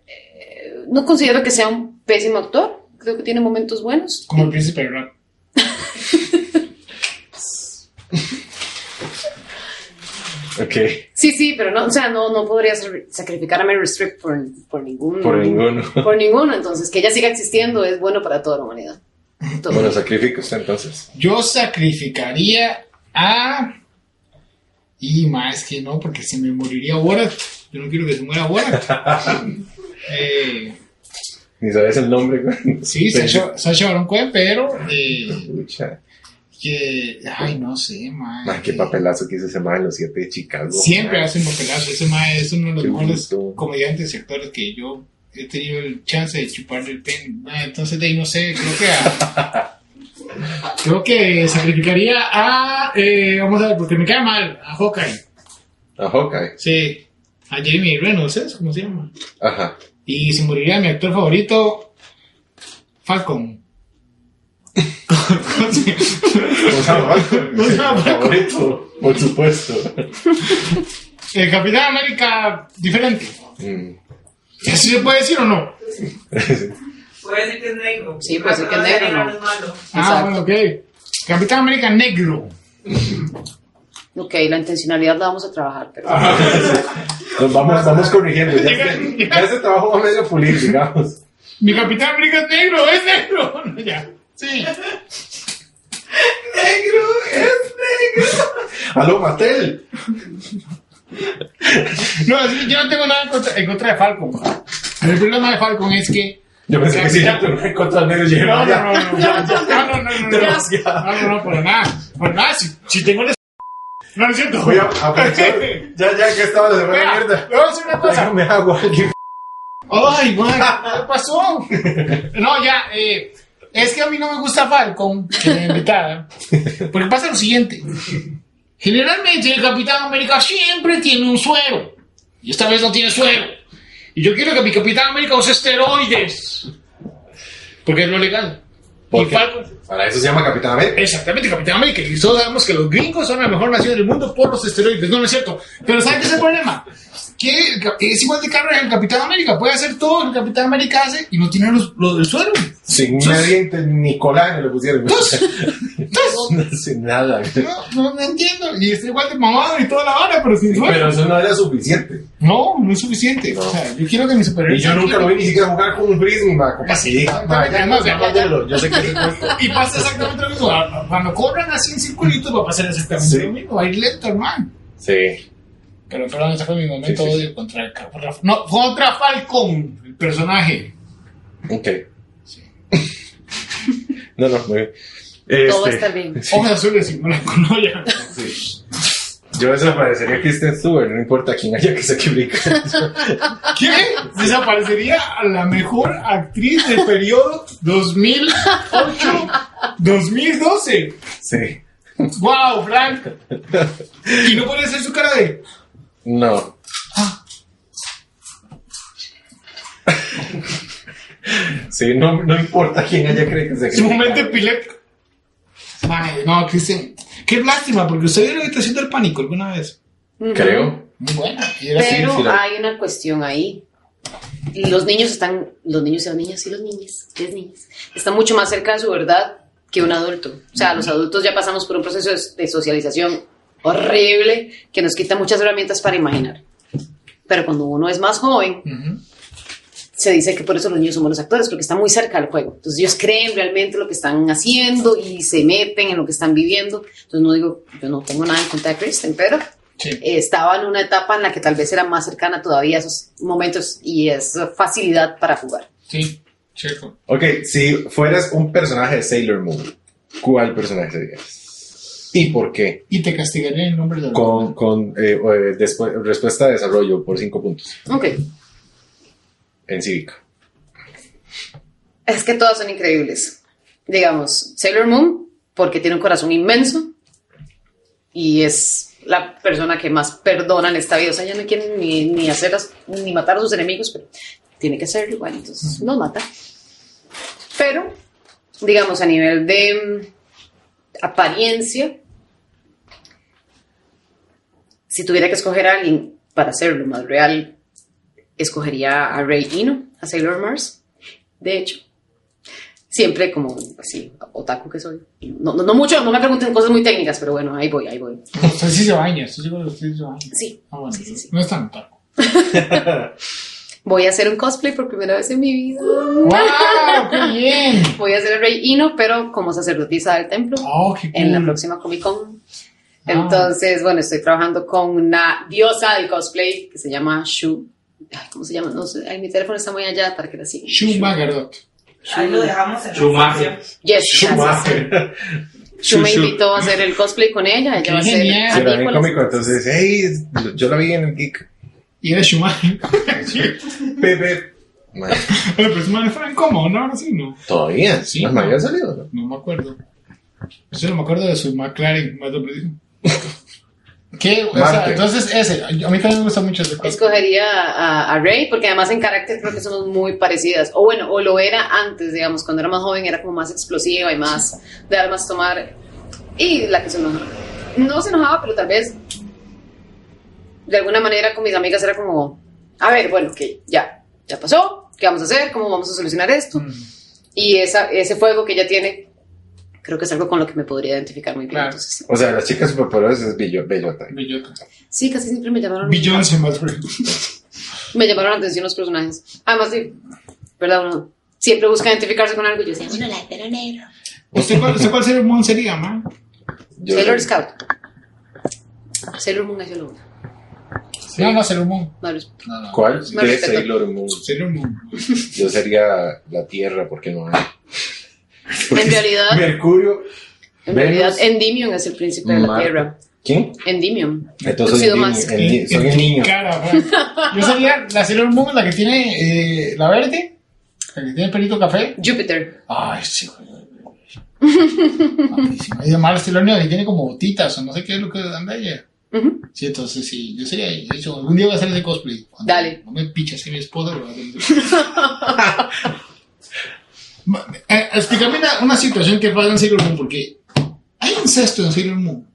[SPEAKER 3] Eh, No considero que sea un pésimo actor, creo que tiene momentos buenos.
[SPEAKER 1] Como el príncipe del rap.
[SPEAKER 2] Ok.
[SPEAKER 3] Sí, sí, pero no, o sea, no, no podría sar- sacrificar a Mary Streep por, por ninguno.
[SPEAKER 2] Por ninguno.
[SPEAKER 3] Por ninguno, entonces que ella siga existiendo es bueno para toda la humanidad. Todo.
[SPEAKER 2] Bueno, sacrifica usted entonces.
[SPEAKER 1] Yo sacrificaría a. Y más que no, porque se me moriría Borat. Yo no quiero que se muera Borat. eh,
[SPEAKER 2] Ni sabes el nombre, güey.
[SPEAKER 1] sí, Sasha, Sasha Baron Cohen, pero. eh,
[SPEAKER 2] Pucha.
[SPEAKER 1] que. Ay, no sé, man.
[SPEAKER 2] Ay, qué papelazo que hizo ese man en los siete de Chicago.
[SPEAKER 1] Siempre
[SPEAKER 2] man.
[SPEAKER 1] hace un papelazo. Ese mae es uno de los
[SPEAKER 2] Qué
[SPEAKER 1] mejores
[SPEAKER 2] bruto.
[SPEAKER 1] comediantes y actores que yo he tenido el chance de chuparle el pen. Ah, entonces, de ahí no sé, creo que a- creo que sacrificaría a. eh, vamos a ver, porque me cae mal, a Hawkeye.
[SPEAKER 2] A Hawkeye.
[SPEAKER 1] Sí, a Jamie Reynolds, ¿es cómo se llama?
[SPEAKER 2] Ajá.
[SPEAKER 1] Y se moriría mi actor favorito, Falcon. ¿Cómo se-
[SPEAKER 2] Por
[SPEAKER 1] sea,
[SPEAKER 2] favorito, por supuesto.
[SPEAKER 1] el Capitán América diferente.
[SPEAKER 2] Mm.
[SPEAKER 1] ¿Eso se puede decir o no?
[SPEAKER 4] Puede ser que es negro.
[SPEAKER 3] Sí, puede ser que es
[SPEAKER 4] Pero
[SPEAKER 3] negro,
[SPEAKER 4] no
[SPEAKER 3] ¿no?
[SPEAKER 4] es malo.
[SPEAKER 1] Ah, bueno, ok. Capitán América Negro.
[SPEAKER 3] Ok, la intencionalidad la vamos a trabajar, pero...
[SPEAKER 2] Nos vamos, vamos corrigiendo. Ya, este- ya este trabajo va medio pulir, digamos.
[SPEAKER 1] Mi Capitán América es negro, es negro. No, ya. Sí.
[SPEAKER 4] ¡Negro! ¡Es negro!
[SPEAKER 2] ¡Aló, Matel!
[SPEAKER 1] No, es que yo no tengo nada en contra, en contra de Falcon. El problema de Falcon es que.
[SPEAKER 2] Yo pensé que sí, ya te lo encontré al negro. y dije,
[SPEAKER 1] No, no,
[SPEAKER 2] vaya.
[SPEAKER 1] no, no, ya, ya. no, no, no, no, no,
[SPEAKER 2] Demasiado.
[SPEAKER 1] no, no, no, por nada, por nada, si, si tengo el... No, no es cierto.
[SPEAKER 2] Voy a aprovechar. Ya, ya que estaba de
[SPEAKER 1] Vea,
[SPEAKER 2] la mierda.
[SPEAKER 1] le voy a decir una cosa.
[SPEAKER 2] Déjame agua. aquí.
[SPEAKER 1] Ay, man, ¿qué pasó? No, ya, eh, es que a mí no me gusta Falcon, que me invitada, porque pasa lo siguiente. Generalmente el Capitán América siempre tiene un suero, y esta vez no tiene suero. Y yo quiero que mi Capitán América use esteroides, porque es lo legal.
[SPEAKER 2] ¿Por
[SPEAKER 1] Y
[SPEAKER 2] qué?
[SPEAKER 1] Falcon,
[SPEAKER 2] Para eso se llama Capitán América.
[SPEAKER 1] exactamente, Capitán América, y todos sabemos que los gringos son la mejor nación del mundo por los esteroides, no, no es cierto. Pero ¿saben qué es el problema? que es igual de caro el Capitán América. Puede hacer todo lo que el Capitán América hace y no tiene los, lo del suero.
[SPEAKER 2] Sin media inte- ni colágeno le pusieron.
[SPEAKER 1] Entonces,
[SPEAKER 2] No, Sin nada.
[SPEAKER 1] no, no, no entiendo. Y está igual de mamado y toda la vara, pero sin suero.
[SPEAKER 2] Pero eso no era suficiente.
[SPEAKER 1] no, no es suficiente.
[SPEAKER 2] No.
[SPEAKER 1] O sea, yo quiero que mi superhéroe.
[SPEAKER 2] Y yo nunca lo vi ni siquiera jugar con un prisma.
[SPEAKER 1] Así,
[SPEAKER 2] Así, vaya,
[SPEAKER 1] además,
[SPEAKER 2] no,
[SPEAKER 1] además.
[SPEAKER 2] váyalo. Yo sé que se cuesta.
[SPEAKER 1] Y pasa exactamente lo mismo. Cuando corran así en circulitos va a pasar exactamente
[SPEAKER 2] Sí.
[SPEAKER 1] lo mismo. Va a ir lento, hermano.
[SPEAKER 2] Sí.
[SPEAKER 1] Pero perdón, ese fue mi momento
[SPEAKER 2] Sí, sí,
[SPEAKER 1] odio contra, contra- no, contra Falcon, el personaje.
[SPEAKER 2] Ok. No, no, muy bien. Este,
[SPEAKER 3] Todo está bien.
[SPEAKER 1] Hojas azules y melancoloya.
[SPEAKER 2] Sí. Yo eso me parecería que esté en Stuber, no importa quién haya que se equivoque.
[SPEAKER 1] ¿Qué? Desaparecería a la mejor actriz del periodo 2008-2012.
[SPEAKER 2] Sí.
[SPEAKER 1] ¡Wow, Frank! Y no puede ser su cara de.
[SPEAKER 2] No. Sí, no, no importa quién haya creído que se
[SPEAKER 1] Su
[SPEAKER 2] equivoque.
[SPEAKER 1] momento epiléptico. Mae, no, Cristian. Qué lástima, porque usted vio la habitación del pánico alguna vez.
[SPEAKER 2] Creo.
[SPEAKER 1] Muy buena. Y era así.
[SPEAKER 3] Pero
[SPEAKER 2] sí, la-
[SPEAKER 3] hay una cuestión ahí. Los niños están, los niños y las niñas y los niñas, las niñas, están mucho más cerca de su verdad que un adulto. O sea, los adultos ya pasamos por un proceso de, de socialización horrible que nos quita muchas herramientas para imaginar. Pero cuando uno es más joven,
[SPEAKER 1] Ujú.
[SPEAKER 3] se dice que por eso los niños son buenos actores, porque están muy cerca del juego. Entonces ellos creen realmente lo que están haciendo y se meten en lo que están viviendo. Entonces no digo, yo no tengo nada en contra de Kristen, pero
[SPEAKER 1] Sí.
[SPEAKER 3] eh, estaba en una etapa en la que tal vez era más cercana todavía a esos momentos y esa facilidad para jugar.
[SPEAKER 1] Sí, checo.
[SPEAKER 2] Ok, si fueras un personaje de Sailor Moon, ¿cuál personaje serías? ¿Y por qué?
[SPEAKER 1] Y te castigaré en nombre de la-
[SPEAKER 2] Con, con eh, o, eh, despu- respuesta de desarrollo por 5 puntos
[SPEAKER 3] Ok.
[SPEAKER 2] en cívica.
[SPEAKER 3] Es que todas son increíbles. Digamos, Sailor Moon, porque tiene un corazón inmenso y es la persona que más perdona en esta vida. O sea, ella no quiere ni, ni hacer las- ni matar a sus enemigos, pero tiene que hacerlo igual, entonces no mata. Pero, digamos, a nivel de mm, apariencia, si tuviera que escoger a alguien para hacerlo más real, escogería a Rey Ino, a Sailor Mars. De hecho, siempre como así, otaku que soy. No, no, no mucho, no me pregunten cosas muy técnicas, pero bueno, ahí voy, ahí voy.
[SPEAKER 1] Usted sí se baña, estoy seguro que usted se baña.
[SPEAKER 3] Sí,
[SPEAKER 1] Ah, bueno,
[SPEAKER 3] sí, sí, sí.
[SPEAKER 1] no es tan taco.
[SPEAKER 3] Voy a hacer un cosplay por primera vez en mi vida.
[SPEAKER 1] ¡Wow! ¡Qué bien!
[SPEAKER 3] Voy a ser el rey Ino, pero como sacerdotisa del templo
[SPEAKER 1] ¡Oh, qué cool!
[SPEAKER 3] en la próxima Comic Con.
[SPEAKER 1] Ah.
[SPEAKER 3] Entonces, bueno, estoy trabajando con una diosa del cosplay que se llama Shu. Ay, ¿Cómo se llama? No sé, ay, mi teléfono está muy allá para que la siga.
[SPEAKER 1] Schumacherot.
[SPEAKER 4] Ahí lo dejamos en la
[SPEAKER 5] Schumacher.
[SPEAKER 4] sección.
[SPEAKER 3] Yes, gracias.
[SPEAKER 2] Schumacher.
[SPEAKER 3] Shu me
[SPEAKER 2] Shu, Shu.
[SPEAKER 3] invitó a hacer el cosplay con ella.
[SPEAKER 1] Qué
[SPEAKER 3] Ella va a ser
[SPEAKER 1] genial.
[SPEAKER 2] Sí, era bien
[SPEAKER 3] Nicolas.
[SPEAKER 2] cómico, entonces, hey, yo la vi en el geek.
[SPEAKER 1] Y era Schumacher. sí.
[SPEAKER 2] Pepe. Madre,
[SPEAKER 1] Oye, pero es madre Frank, ¿cómo? No, ahora sí, no.
[SPEAKER 2] Todavía,
[SPEAKER 1] Sí.
[SPEAKER 2] sí. No me había salido, ¿no?
[SPEAKER 1] No me acuerdo. Yo solo me acuerdo de su McLaren, más doble preciso. ¿Qué? O sea,
[SPEAKER 2] Marte.
[SPEAKER 1] entonces ese. A mí también me gusta mucho ese cosplay.
[SPEAKER 3] Escogería a, a Rey porque además en carácter creo que somos muy parecidas. O bueno, o lo era antes, digamos, cuando era más joven era como más explosiva y más de armas tomar. Y la que se enojaba. No se enojaba, pero tal vez de alguna manera con mis amigas era como, a ver, bueno, que ya, ya pasó, ¿qué vamos a hacer? ¿Cómo vamos a solucionar esto?
[SPEAKER 1] Mm,
[SPEAKER 3] Y esa, ese fuego que ella tiene, creo que es algo con lo que me podría identificar muy bien.
[SPEAKER 1] Claro.
[SPEAKER 3] Entonces, sí.
[SPEAKER 2] O sea, las chicas superpoderosas es bello- bellota.
[SPEAKER 1] Bellota.
[SPEAKER 3] sí, casi siempre me llamaron.
[SPEAKER 1] Beyoncé más Frank.
[SPEAKER 3] me llamaron la atención los personajes. Además, sí, ¿verdad? Uno siempre busca identificarse con algo. Yo decía, bueno, la pero negro.
[SPEAKER 1] ¿Usted cuál, usted cuál sería un mon sería, man?
[SPEAKER 2] Yo-
[SPEAKER 3] Sailor Scout. Sailor Moon es el uno.
[SPEAKER 1] No, no, Sailor Moon.
[SPEAKER 3] Varios-
[SPEAKER 1] No, no.
[SPEAKER 2] ¿Cuál?
[SPEAKER 3] Me
[SPEAKER 2] De
[SPEAKER 3] respeto.
[SPEAKER 2] Sailor Moon.
[SPEAKER 1] Sailor Moon.
[SPEAKER 2] Yo sería la Tierra, porque no hay.
[SPEAKER 3] En realidad-
[SPEAKER 2] Mercurio.
[SPEAKER 3] En
[SPEAKER 2] Venus.
[SPEAKER 3] realidad, Endymion es el príncipe de la
[SPEAKER 2] Marte.
[SPEAKER 3] Tierra.
[SPEAKER 2] ¿Quién?
[SPEAKER 3] Endymion.
[SPEAKER 2] Entonces soy
[SPEAKER 3] Tuxedo
[SPEAKER 2] el, niño,
[SPEAKER 3] Mask.
[SPEAKER 2] el ni- soy
[SPEAKER 1] En
[SPEAKER 2] el
[SPEAKER 1] tu
[SPEAKER 2] niño.
[SPEAKER 1] cara, Frank. Yo sería la Sailor Moon, la que tiene eh, la verde, la que tiene el pelito café.
[SPEAKER 3] Júpiter.
[SPEAKER 1] Ay, sí, güey. Guapísima. Y además Sailor Neon, que tiene como botitas o no sé qué es lo que anda ella.
[SPEAKER 3] Ujú.
[SPEAKER 1] Sí, entonces sí, yo sería ella. De hecho, algún día voy a hacer ese cosplay. Cuando
[SPEAKER 3] Dale.
[SPEAKER 1] No me piches a mi esposa, lo voy a hacer. Ma- eh, explícame una, una situación que pasa en Sailor Moon, porque hay incesto en Sailor Moon.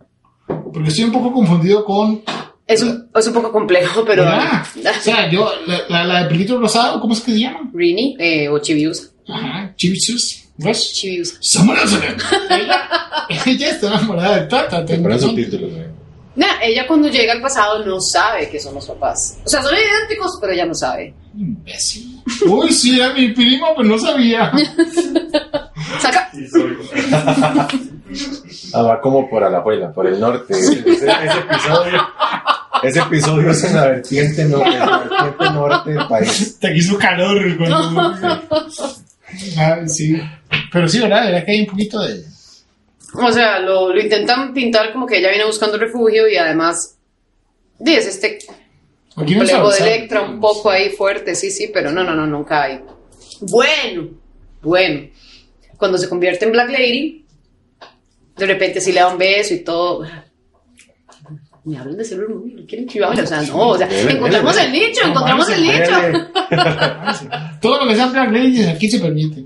[SPEAKER 1] Porque estoy un poco confundido con
[SPEAKER 3] Es un, es un poco complejo, pero.
[SPEAKER 2] Ah.
[SPEAKER 1] ¿Verdad? O sea, yo, la, la, la de pelito rosado, ¿cómo es que se llama?
[SPEAKER 3] Rini eh, o Chibiusa.
[SPEAKER 1] Ajá, Chipsus. ¿Ves?
[SPEAKER 3] Chibiusa.
[SPEAKER 1] ¡Samorosana! Ella, ella está enamorada de Tata.
[SPEAKER 2] Te
[SPEAKER 1] tengo
[SPEAKER 2] ponen
[SPEAKER 1] razón.
[SPEAKER 2] subtítulos, güey.
[SPEAKER 3] Nah, ella cuando llega al pasado no sabe que son los papás. O sea, son idénticos, pero ella no sabe.
[SPEAKER 1] pues Imbécil. Uy, sí, era mi primo, pero no sabía.
[SPEAKER 3] Saca.
[SPEAKER 5] Sí, soy.
[SPEAKER 2] Ah, va como por Alajuela, por el norte. Ese, ese episodio. Ese episodio es en la vertiente norte, en la vertiente norte del país.
[SPEAKER 1] Te quiso calor cuando... Ah, sí. Pero sí, ¿verdad? ¿Verdad que hay un poquito de...
[SPEAKER 3] O sea, lo, lo intentan pintar como que ella viene buscando refugio y además. Sí, es este
[SPEAKER 1] Aquí no
[SPEAKER 3] complejo de
[SPEAKER 1] sabe,
[SPEAKER 3] Electra un poco ahí fuerte, sí, sí, pero no, no, no, nunca hay. Bueno, bueno. Cuando se convierte en Black Lady, de repente sí le da un beso y todo. Me hablan de celular, no quieren que yo hable, o sea, no, o sea,
[SPEAKER 2] Dele,
[SPEAKER 3] encontramos
[SPEAKER 2] dele,
[SPEAKER 3] el nicho,
[SPEAKER 1] No,
[SPEAKER 3] encontramos el nicho.
[SPEAKER 2] Dele.
[SPEAKER 1] sabe. Ah, Todo lo que sean Black Ladies aquí se permite.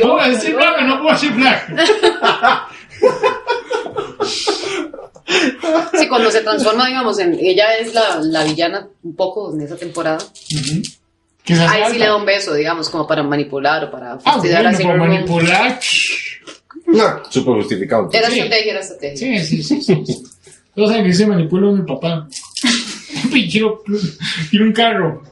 [SPEAKER 1] Puedo decir Black o no puedo decir Black.
[SPEAKER 3] Sí, cuando se transforma, digamos, en, ella es la, la villana un poco en esa temporada.
[SPEAKER 1] Ujú. Que se hace
[SPEAKER 3] Ahí sí le
[SPEAKER 1] alta.
[SPEAKER 3] da un beso, digamos, como para manipular o para
[SPEAKER 1] Ah,
[SPEAKER 3] fastidiar
[SPEAKER 1] bueno,
[SPEAKER 3] así.
[SPEAKER 1] por manipular.
[SPEAKER 2] No, súper justificado.
[SPEAKER 3] Era
[SPEAKER 1] Sí.
[SPEAKER 3] estrategia, era estrategia.
[SPEAKER 1] Sí, sí, sí. sí, sí. Todos saben que se manipuló mi papá. Y quiero, quiero un carro.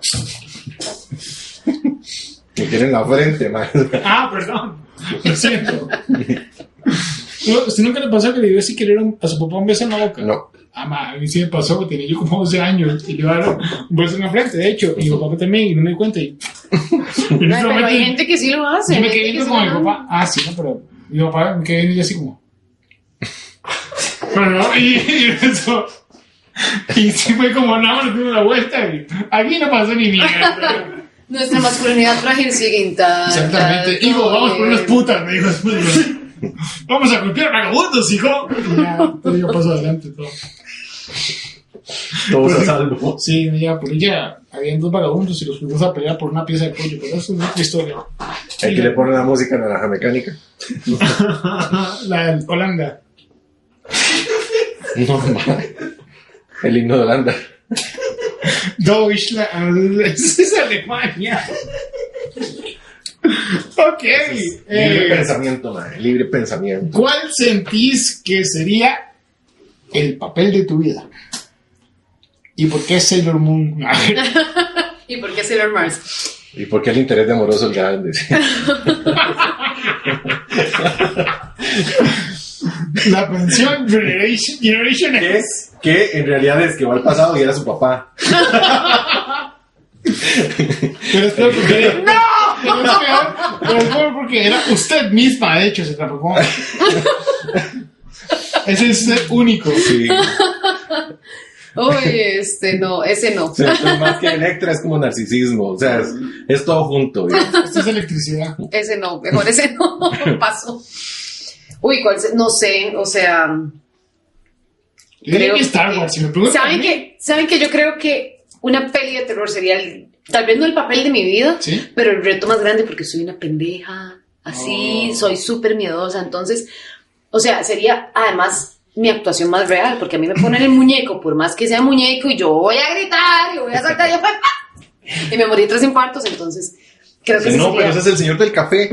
[SPEAKER 2] Que tienen la frente, man.
[SPEAKER 1] Ah, perdón. Lo siento. No, ¿Usted nunca le pasó que le dio si querer un- a su papá un beso en la boca?
[SPEAKER 2] No.
[SPEAKER 1] Ah, ma, a mí sí me pasó, tenía yo como 12 años y le daban un beso en la frente, de hecho, y mi papá también, y no me di cuenta. Y, y en
[SPEAKER 3] Ay,
[SPEAKER 1] ese
[SPEAKER 3] pero hay
[SPEAKER 1] momento,
[SPEAKER 3] gente que sí lo hace.
[SPEAKER 1] yo me
[SPEAKER 3] hay
[SPEAKER 1] quedé
[SPEAKER 3] gente
[SPEAKER 1] viendo
[SPEAKER 3] que sí
[SPEAKER 1] con mi
[SPEAKER 3] lo hace.
[SPEAKER 1] papá. Ah, sí, no, pero mi papá me quedé viendo y yo así como. Pero no, y, y eso. Y sí fue como, nada más le dimos la vuelta. Y, aquí no pasó ni mierda.
[SPEAKER 3] Nuestra masculinidad frágil sigue intacta.
[SPEAKER 1] Exactamente. Hijo, vamos por unas putas, me dijo después. güey. Vamos a golpear vagabundos, hijo. Y Ya, entonces yo paso adelante todo.
[SPEAKER 2] Todos a salvo.
[SPEAKER 1] Sí, ya, por ella habían dos vagabundos y los fuimos a pelear por una pieza de pollo, pero eso es otra historia.
[SPEAKER 2] El que le pone la música naranja mecánica.
[SPEAKER 1] La de Holanda.
[SPEAKER 2] No, man. El himno de Holanda.
[SPEAKER 1] Deutschland. Esa es Alemania. Ok.
[SPEAKER 2] Libre
[SPEAKER 1] eh,
[SPEAKER 2] pensamiento, man. Libre pensamiento.
[SPEAKER 1] ¿Cuál sentís que sería el papel de tu vida? ¿Y por qué Sailor Moon? A ver.
[SPEAKER 3] ¿Y por qué Sailor Mars?
[SPEAKER 2] ¿Y por qué el interés de amoroso es grande?
[SPEAKER 1] La pensión Generation, Generation
[SPEAKER 2] Que
[SPEAKER 1] X.
[SPEAKER 2] es que en realidad es que va al pasado y era su papá.
[SPEAKER 1] Pero es peor porque. ¡No! Pero es peor, pero es peor porque era usted misma, de hecho, se transformó. Ese es usted único.
[SPEAKER 2] Sí.
[SPEAKER 3] Uy, este no, ese no.
[SPEAKER 2] O sea, esto es más que Electra es como narcisismo. O sea, es, es todo junto. digamos.
[SPEAKER 1] Esta es electricidad.
[SPEAKER 3] Ese no, mejor ese no. Paso. Uy, ¿cuál se- no sé, o sea.
[SPEAKER 1] Yo diría
[SPEAKER 3] creo
[SPEAKER 1] que Star Wars, si me preguntan.
[SPEAKER 3] ¿Saben que, ¿Saben que yo creo que una peli de terror sería el- tal vez no el papel de mi vida,
[SPEAKER 1] Sí.
[SPEAKER 3] pero el reto más grande porque soy una pendeja, así,
[SPEAKER 1] Oh.
[SPEAKER 3] soy súper miedosa, entonces, o sea, sería además mi actuación más real, porque a mí me ponen el muñeco, por más que sea muñeco, y yo voy a gritar, y voy a saltar, y, yo, ¡pa, pa! y me morí de tres infartos, entonces, creo que ese
[SPEAKER 2] No,
[SPEAKER 3] sería-
[SPEAKER 2] pero ese es el señor del café.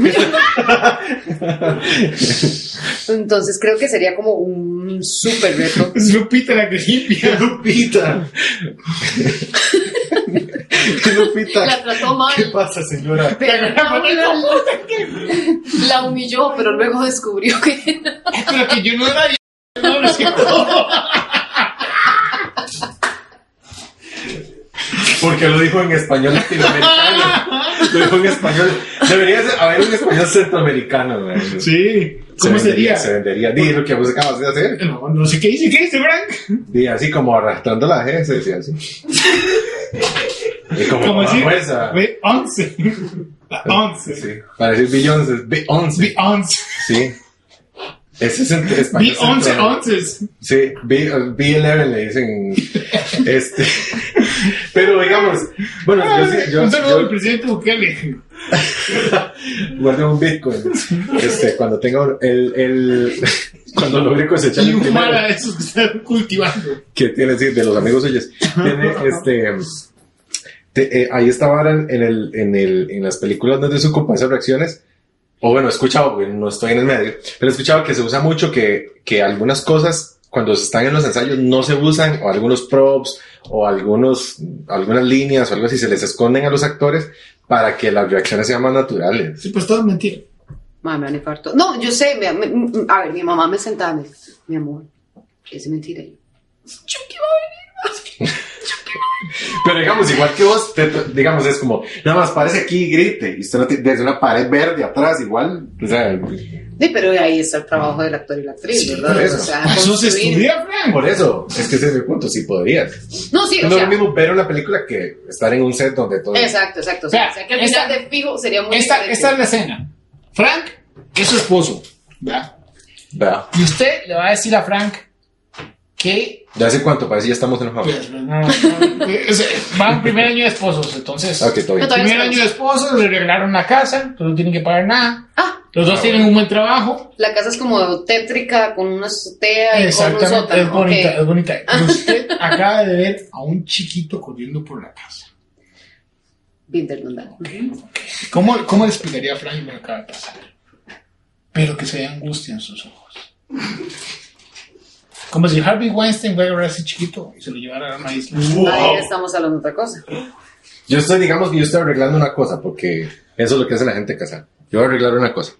[SPEAKER 3] entonces creo que sería como un súper reto.
[SPEAKER 1] Es Lupita la que limpia.
[SPEAKER 2] Lupita. Lupita.
[SPEAKER 3] La trató mal.
[SPEAKER 2] ¿Qué pasa, señora?
[SPEAKER 3] Pero la, la humilló, pero luego descubrió que
[SPEAKER 1] Pero que yo no era. No, no es que
[SPEAKER 2] Porque lo dijo en español latinoamericano. Lo dijo en español. Debería ser- haber un español centroamericano. man.
[SPEAKER 1] Sí.
[SPEAKER 2] Se
[SPEAKER 1] ¿Cómo sería?
[SPEAKER 2] vendería, Se vendería. Di lo que vos acabas de hacer.
[SPEAKER 1] No, no sé qué dice. ¿Qué dice, Frank?
[SPEAKER 2] Di así como arrastrando la G, se decía así. Y como,
[SPEAKER 1] Como
[SPEAKER 2] con la
[SPEAKER 1] decir.
[SPEAKER 2] fuerza.
[SPEAKER 1] Ve, once. La once.
[SPEAKER 2] Sí. Para decir Beyoncé, Beyoncé.
[SPEAKER 1] The once.
[SPEAKER 2] Sí. Ese es el español.
[SPEAKER 1] The once
[SPEAKER 2] central.
[SPEAKER 1] onces.
[SPEAKER 2] Sí, B- B11 le dicen. este. Pero digamos, bueno, yo, sí- yo,
[SPEAKER 1] Ah, un saludo al
[SPEAKER 2] yo
[SPEAKER 1] presidente Bukele.
[SPEAKER 2] guardé un Bitcoin. Este, cuando tenga el, el cuando logré cosechar
[SPEAKER 1] Y
[SPEAKER 2] el
[SPEAKER 1] un
[SPEAKER 2] primero,
[SPEAKER 1] mar a esos que están cultivando.
[SPEAKER 2] que tiene decir de los amigos suyos, tiene este te- eh, ahí estaba en el, en el, en las películas donde su compañía hace reacciones. O bueno, he escuchado, porque no estoy en el medio, pero he escuchado que se usa mucho que, que algunas cosas cuando se están en los ensayos no se usan, o algunos props, o algunos, algunas líneas, o algo así, se les esconden a los actores para que las reacciones sean más naturales.
[SPEAKER 1] Sí, pues todo es mentira.
[SPEAKER 3] Madre, me van a infarto. No, yo sé, me- me- me- a ver, mi mamá me sentaba, me dice, mi amor, es mentira. Y Yo, "Yo qué va a venir más?".
[SPEAKER 2] Pero digamos, igual que vos, te- te- digamos, es como, nada más parece aquí y grite. Y usted no tiene- desde una pared verde atrás, igual. O sea,
[SPEAKER 3] Sí, pero ahí está el trabajo del actor y la actriz,
[SPEAKER 2] Sí,
[SPEAKER 3] ¿verdad?
[SPEAKER 2] por eso.
[SPEAKER 3] O sea,
[SPEAKER 1] Eso Pues se
[SPEAKER 3] construir-
[SPEAKER 1] estudia, Frank.
[SPEAKER 2] por eso, es que ese es mi punto, si podrías.
[SPEAKER 3] No, sí, o
[SPEAKER 2] No es
[SPEAKER 3] sea,
[SPEAKER 2] lo mismo ver una película que estar en un set donde todo.
[SPEAKER 3] exacto, exacto. O sea,
[SPEAKER 1] Vea,
[SPEAKER 3] o sea, que al final
[SPEAKER 1] esta-
[SPEAKER 3] de fijo sería muy
[SPEAKER 1] Esta,
[SPEAKER 3] diferente.
[SPEAKER 1] esta es la escena. Frank es su esposo. ¿verdad?
[SPEAKER 2] Vea,
[SPEAKER 1] Y usted le va a decir a Frank que
[SPEAKER 2] ¿De hace cuánto? Parece que ya estamos en la familia.
[SPEAKER 1] pues, no, no, es- van primer año de esposos, entonces.
[SPEAKER 2] Ok, todo bien.
[SPEAKER 3] No, todavía
[SPEAKER 1] Primer
[SPEAKER 3] estamos.
[SPEAKER 1] año de esposos, le regalaron la casa, pero no tienen que pagar nada.
[SPEAKER 3] Ah,
[SPEAKER 1] Los dos
[SPEAKER 2] Ah,
[SPEAKER 1] tienen un buen trabajo.
[SPEAKER 3] la casa es como tétrica, con una azotea y con un
[SPEAKER 1] Exactamente, es
[SPEAKER 3] sótano. ok.
[SPEAKER 1] bonita, es bonita. Y usted acaba de ver a un chiquito corriendo por la casa.
[SPEAKER 3] Binder, no da.
[SPEAKER 1] ¿Cómo, cómo le explicaría a Frank lo que acaba de pasar? Pero que se vea angustia en sus ojos. Como si Harvey Weinstein fuera a agarrar a ese chiquito y se lo llevara a una isla.
[SPEAKER 2] Mm.
[SPEAKER 3] Ahí estamos hablando de otra cosa.
[SPEAKER 2] Yo estoy, digamos, que yo estoy arreglando una cosa, porque eso es lo que hace la gente casada. Yo voy a arreglar una cosa.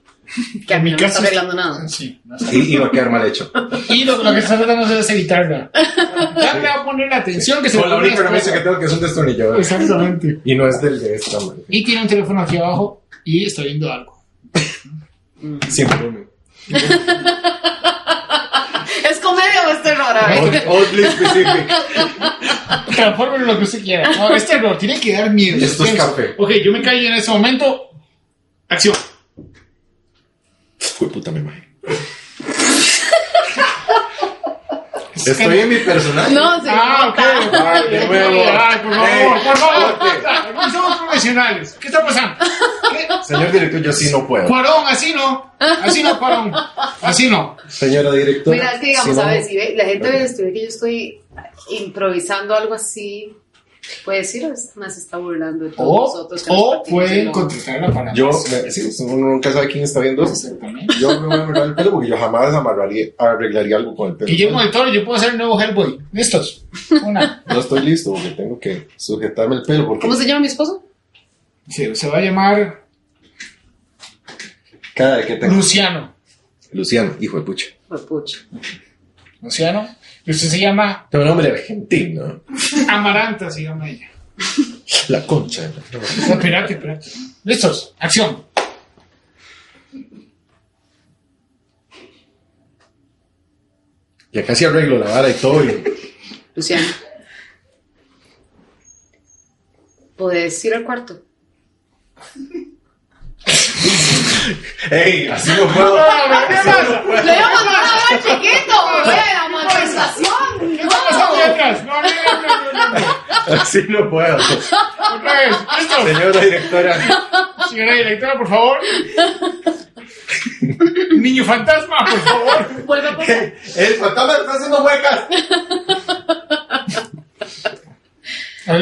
[SPEAKER 3] Que a
[SPEAKER 1] En
[SPEAKER 3] mí
[SPEAKER 1] mi
[SPEAKER 3] no me está
[SPEAKER 1] caso es-
[SPEAKER 3] arreglando nada.
[SPEAKER 1] Sí, no está
[SPEAKER 2] Y, y va a quedar mal hecho.
[SPEAKER 1] Y lo, lo que está tratando de es evitarla. Ya le va a poner la atención que se
[SPEAKER 2] Con la
[SPEAKER 1] pone
[SPEAKER 2] única
[SPEAKER 1] después.
[SPEAKER 2] herramienta que tengo que es un destornillador.
[SPEAKER 1] Exactamente.
[SPEAKER 2] Y no es del de esta madre.
[SPEAKER 1] Y tiene un teléfono aquí abajo y está viendo algo.
[SPEAKER 2] Siempre uno.
[SPEAKER 3] ¿Es comedia o es terror? A
[SPEAKER 2] Odd-
[SPEAKER 3] ver.
[SPEAKER 2] Oddly specific.
[SPEAKER 1] Transforme lo que usted quiera. No, es terror, tiene que dar miedo.
[SPEAKER 2] Esto es
[SPEAKER 1] Suspenso.
[SPEAKER 2] café.
[SPEAKER 1] Ok, yo me callo en ese momento. Acción.
[SPEAKER 2] Fue puta, me imagino. Estoy en mi personaje.
[SPEAKER 3] No, se
[SPEAKER 1] Ah, ok.
[SPEAKER 3] nota.
[SPEAKER 2] Ay, de nuevo.
[SPEAKER 1] Ay, por favor,
[SPEAKER 2] Ey,
[SPEAKER 1] por favor.
[SPEAKER 2] corte.
[SPEAKER 1] No somos profesionales. ¿Qué está pasando? ¿Qué?
[SPEAKER 2] Señor director, yo sí no puedo.
[SPEAKER 1] Cuarón, así no. Así no, Cuarón. Así no.
[SPEAKER 2] Señora directora.
[SPEAKER 3] Mira, es que digamos,
[SPEAKER 2] sí,
[SPEAKER 3] a
[SPEAKER 2] no.
[SPEAKER 3] ver, si ve- la gente ve esto, ve que yo estoy improvisando algo así, puede decir, "Ah, o es- más está burlando de todos
[SPEAKER 1] O,
[SPEAKER 3] nosotros. que nos
[SPEAKER 1] o
[SPEAKER 3] partimos el
[SPEAKER 1] pueden
[SPEAKER 3] lomo.
[SPEAKER 1] contratarla para
[SPEAKER 2] Yo,
[SPEAKER 1] más.
[SPEAKER 2] me- sí, uno nunca sabe quién está viendo eso.
[SPEAKER 1] Exactamente.
[SPEAKER 2] Yo me voy a amarrar el pelo porque yo jamás amarraría, arreglaría algo con el pelo.
[SPEAKER 1] Guillermo del Toro, yo puedo ser el nuevo Hellboy. ¿Listos? Una.
[SPEAKER 2] No estoy listo porque tengo que sujetarme el pelo porque
[SPEAKER 3] ¿Cómo se llama mi esposo?
[SPEAKER 1] Sí, se va a llamar
[SPEAKER 2] cada vez que tengo...
[SPEAKER 1] Luciano.
[SPEAKER 2] Luciano, hijo de pucha.
[SPEAKER 3] Pues pucha.
[SPEAKER 1] Luciano. Y usted se llama
[SPEAKER 2] Tengo nombre argentino.
[SPEAKER 1] Amaranta, se llama ella.
[SPEAKER 2] La concha.
[SPEAKER 1] No, espérate, espérate. ¿Listos? Acción.
[SPEAKER 2] Y acá sí arreglo la vara y todo. y-
[SPEAKER 3] Luciano. ¿Puedes ir al cuarto?
[SPEAKER 2] ¡Ey! Así no puedo.
[SPEAKER 3] ¡Lo habíamos mandado a ver, chiquito! ¡Güey, la manifestación!
[SPEAKER 1] ¿Qué está pasando detrás? No, no, no, no, no, no.
[SPEAKER 2] Así no puedo.
[SPEAKER 1] Otra vez. ¿Listos?
[SPEAKER 2] Señora directora.
[SPEAKER 1] Señora directora, por favor. Niño fantasma, por favor.
[SPEAKER 3] Vuelve a pasar.
[SPEAKER 2] El fantasma está haciendo huecas.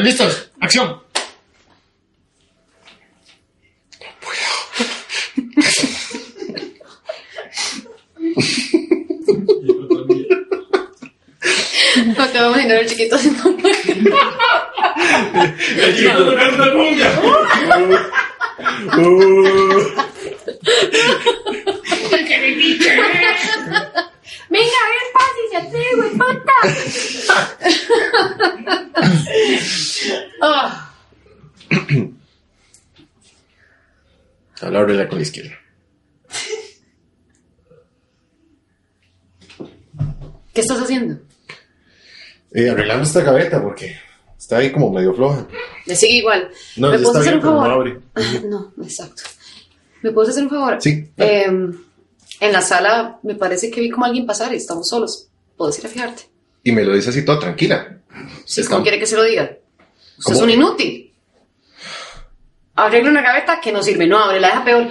[SPEAKER 1] ¿Listos? Acción.
[SPEAKER 3] Me acabo de imaginar el chiquito haciendo
[SPEAKER 2] Uh,
[SPEAKER 3] Venga, ver, pase, se atreve, puta. Ah,
[SPEAKER 2] Ahora ábrela con la izquierda.
[SPEAKER 3] ¿Qué estás haciendo?
[SPEAKER 2] Eh, arreglando esta gaveta porque está ahí como medio floja.
[SPEAKER 3] Me sigue igual.
[SPEAKER 2] No,
[SPEAKER 3] ¿Me
[SPEAKER 2] ya
[SPEAKER 3] puedes
[SPEAKER 2] está bien,
[SPEAKER 3] hacer un
[SPEAKER 2] pero no
[SPEAKER 3] favor?
[SPEAKER 2] abre.
[SPEAKER 3] Ah, no, exacto. ¿Me puedes hacer un favor?
[SPEAKER 2] Sí,
[SPEAKER 3] Eh, en la sala me parece que vi como alguien pasar y estamos solos. ¿Puedes ir a fijarte?
[SPEAKER 2] Y me lo dice así todo tranquila.
[SPEAKER 3] Si
[SPEAKER 2] Está-
[SPEAKER 3] no quiere que se lo diga. Usted es
[SPEAKER 2] ¿Cómo?
[SPEAKER 3] un inútil. Arregla una gaveta que no sirve. No, abre, la deja peor.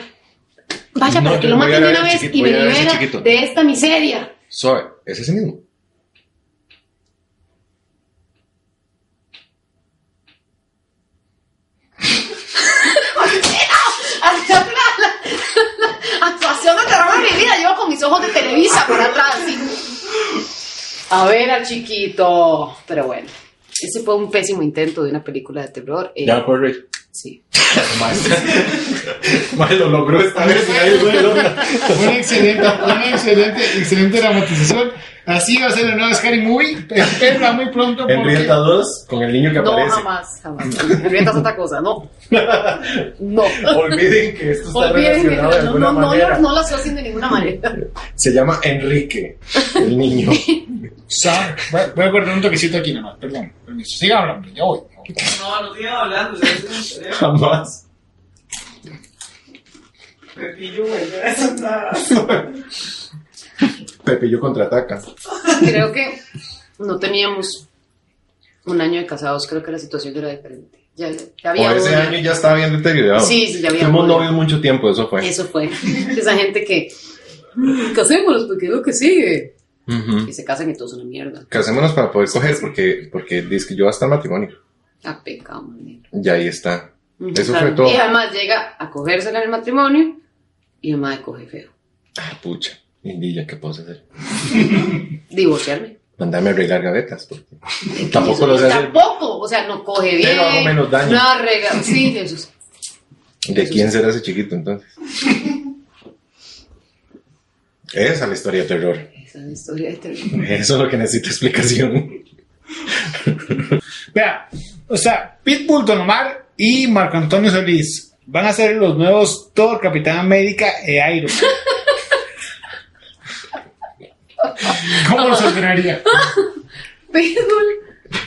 [SPEAKER 3] Vaya,
[SPEAKER 2] No,
[SPEAKER 3] para que
[SPEAKER 2] yo
[SPEAKER 3] lo
[SPEAKER 2] voy a
[SPEAKER 3] maten
[SPEAKER 2] ver
[SPEAKER 3] de
[SPEAKER 2] ese
[SPEAKER 3] una vez
[SPEAKER 2] chiquito,
[SPEAKER 3] y
[SPEAKER 2] voy
[SPEAKER 3] me
[SPEAKER 2] a ver ese
[SPEAKER 3] libera
[SPEAKER 2] chiquito.
[SPEAKER 3] de esta miseria.
[SPEAKER 2] Suave, es ese mismo.
[SPEAKER 3] Actuación de terror de mi vida. Llevo con mis ojos de Televisa por atrás. así. A ver al chiquito. Pero bueno, ese fue un pésimo intento de una película de terror. eh,
[SPEAKER 2] pues, me puedo reír.
[SPEAKER 3] sí.
[SPEAKER 2] Más lo logró esta vez y nadie lo logra.
[SPEAKER 1] Una excelente, una excelente, excelente dramatización. Así va a ser la nueva Scary Movie. Espera muy pronto porque...
[SPEAKER 2] Henrietta 2 con el niño que
[SPEAKER 3] No,
[SPEAKER 2] aparece.
[SPEAKER 3] jamás, jamás. Rieta es otra cosa, no. No.
[SPEAKER 2] Olviden que esto está
[SPEAKER 3] Olviden que
[SPEAKER 2] relacionado de
[SPEAKER 3] no,
[SPEAKER 2] alguna
[SPEAKER 3] no, no,
[SPEAKER 2] manera.
[SPEAKER 3] lo- no lo asocien de ninguna manera.
[SPEAKER 2] Se llama Enrique, el niño.
[SPEAKER 1] Sa- Voy a- voy a guardar un toquecito aquí nomás, perdón. Permiso. Siga hablando, ya voy.
[SPEAKER 4] No, no sigan hablando. ustedes son unos cerebros.
[SPEAKER 2] Jamás.
[SPEAKER 4] Pepillo, güey. Eso es nada.
[SPEAKER 2] Pepe, yo contraataca.
[SPEAKER 3] Creo que no teníamos un año de casados, creo que la situación era diferente. Ya, ya
[SPEAKER 2] O
[SPEAKER 3] había
[SPEAKER 2] ese
[SPEAKER 3] una.
[SPEAKER 2] año ya estaba bien deteriorado.
[SPEAKER 3] Sí, sí, ya había
[SPEAKER 2] Fuimos
[SPEAKER 3] una.
[SPEAKER 2] novios mucho tiempo, eso fue.
[SPEAKER 3] Eso fue. Esa gente que "Mm, casémonos porque es lo que sigue.
[SPEAKER 2] Ujú.
[SPEAKER 3] Y se casan y todo es una mierda.
[SPEAKER 2] Casémonos para poder coger, porque, porque dice que yo hasta el matrimonio.
[SPEAKER 3] A pecado, man.
[SPEAKER 2] Y ahí está.
[SPEAKER 3] Ujú,
[SPEAKER 2] Eso
[SPEAKER 3] claro.
[SPEAKER 2] fue todo.
[SPEAKER 3] Y además llega a cogérsela en el matrimonio y además coge feo.
[SPEAKER 2] Ah, pucha. Indilla, ¿qué puedo hacer?
[SPEAKER 3] Divorciarme.
[SPEAKER 2] Mándame a regar gavetas. Porque... Tampoco lo sé hacer.
[SPEAKER 3] Tampoco. O sea, no coge bien.
[SPEAKER 2] Pero hago menos daño.
[SPEAKER 3] No arregla. Sí, eso es.
[SPEAKER 2] ¿De quién será ese chiquito entonces? Esa es la historia de terror.
[SPEAKER 3] Esa es la historia de este terror.
[SPEAKER 2] Eso es lo que necesita explicación.
[SPEAKER 1] Vea, o sea, Pitbull Don Omar y Marco Antonio Solís van a ser los nuevos Thor, Capitán América e Iron Man. ¿Cómo los ordenaría?
[SPEAKER 3] Pitbull,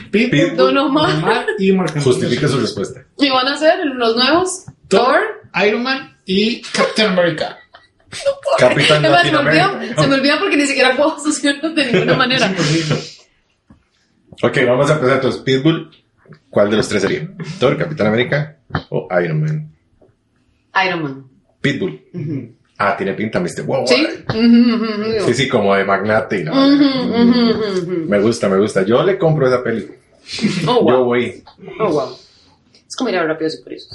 [SPEAKER 1] Pitbull,
[SPEAKER 3] Don
[SPEAKER 1] Don
[SPEAKER 3] Omar.
[SPEAKER 1] Omar y Marco Antonio
[SPEAKER 2] Justifica
[SPEAKER 1] Solís.
[SPEAKER 2] su respuesta.
[SPEAKER 3] ¿Y van a ser los nuevos? Thor.
[SPEAKER 1] Iron Man y Captain America.
[SPEAKER 2] Capitán
[SPEAKER 3] Además, se, me olvida,
[SPEAKER 2] Latinoamérica. pues
[SPEAKER 3] se me olvida porque ni siquiera puedo asociarlos de ninguna manera.
[SPEAKER 2] Ok, vamos a empezar entonces. Pitbull, ¿cuál de los tres sería? ¿Thor, Capitán América o Iron Man?
[SPEAKER 3] Iron Man.
[SPEAKER 2] Pitbull.
[SPEAKER 3] Ujú.
[SPEAKER 2] Ah, tiene pinta, Mr. Wow.
[SPEAKER 3] ¿Sí? Mm.
[SPEAKER 2] ay.
[SPEAKER 3] Ujú, ujú, ujú.
[SPEAKER 2] Sí, sí, como de magnate. y la
[SPEAKER 3] Ujú,
[SPEAKER 2] verdad.
[SPEAKER 3] ujú, ujú, ujú.
[SPEAKER 2] Me gusta, me gusta. Yo le compro esa peli.
[SPEAKER 3] Oh,
[SPEAKER 2] Yo
[SPEAKER 3] wow.
[SPEAKER 2] voy.
[SPEAKER 3] Oh, wow. Es como ir a rápido y por eso.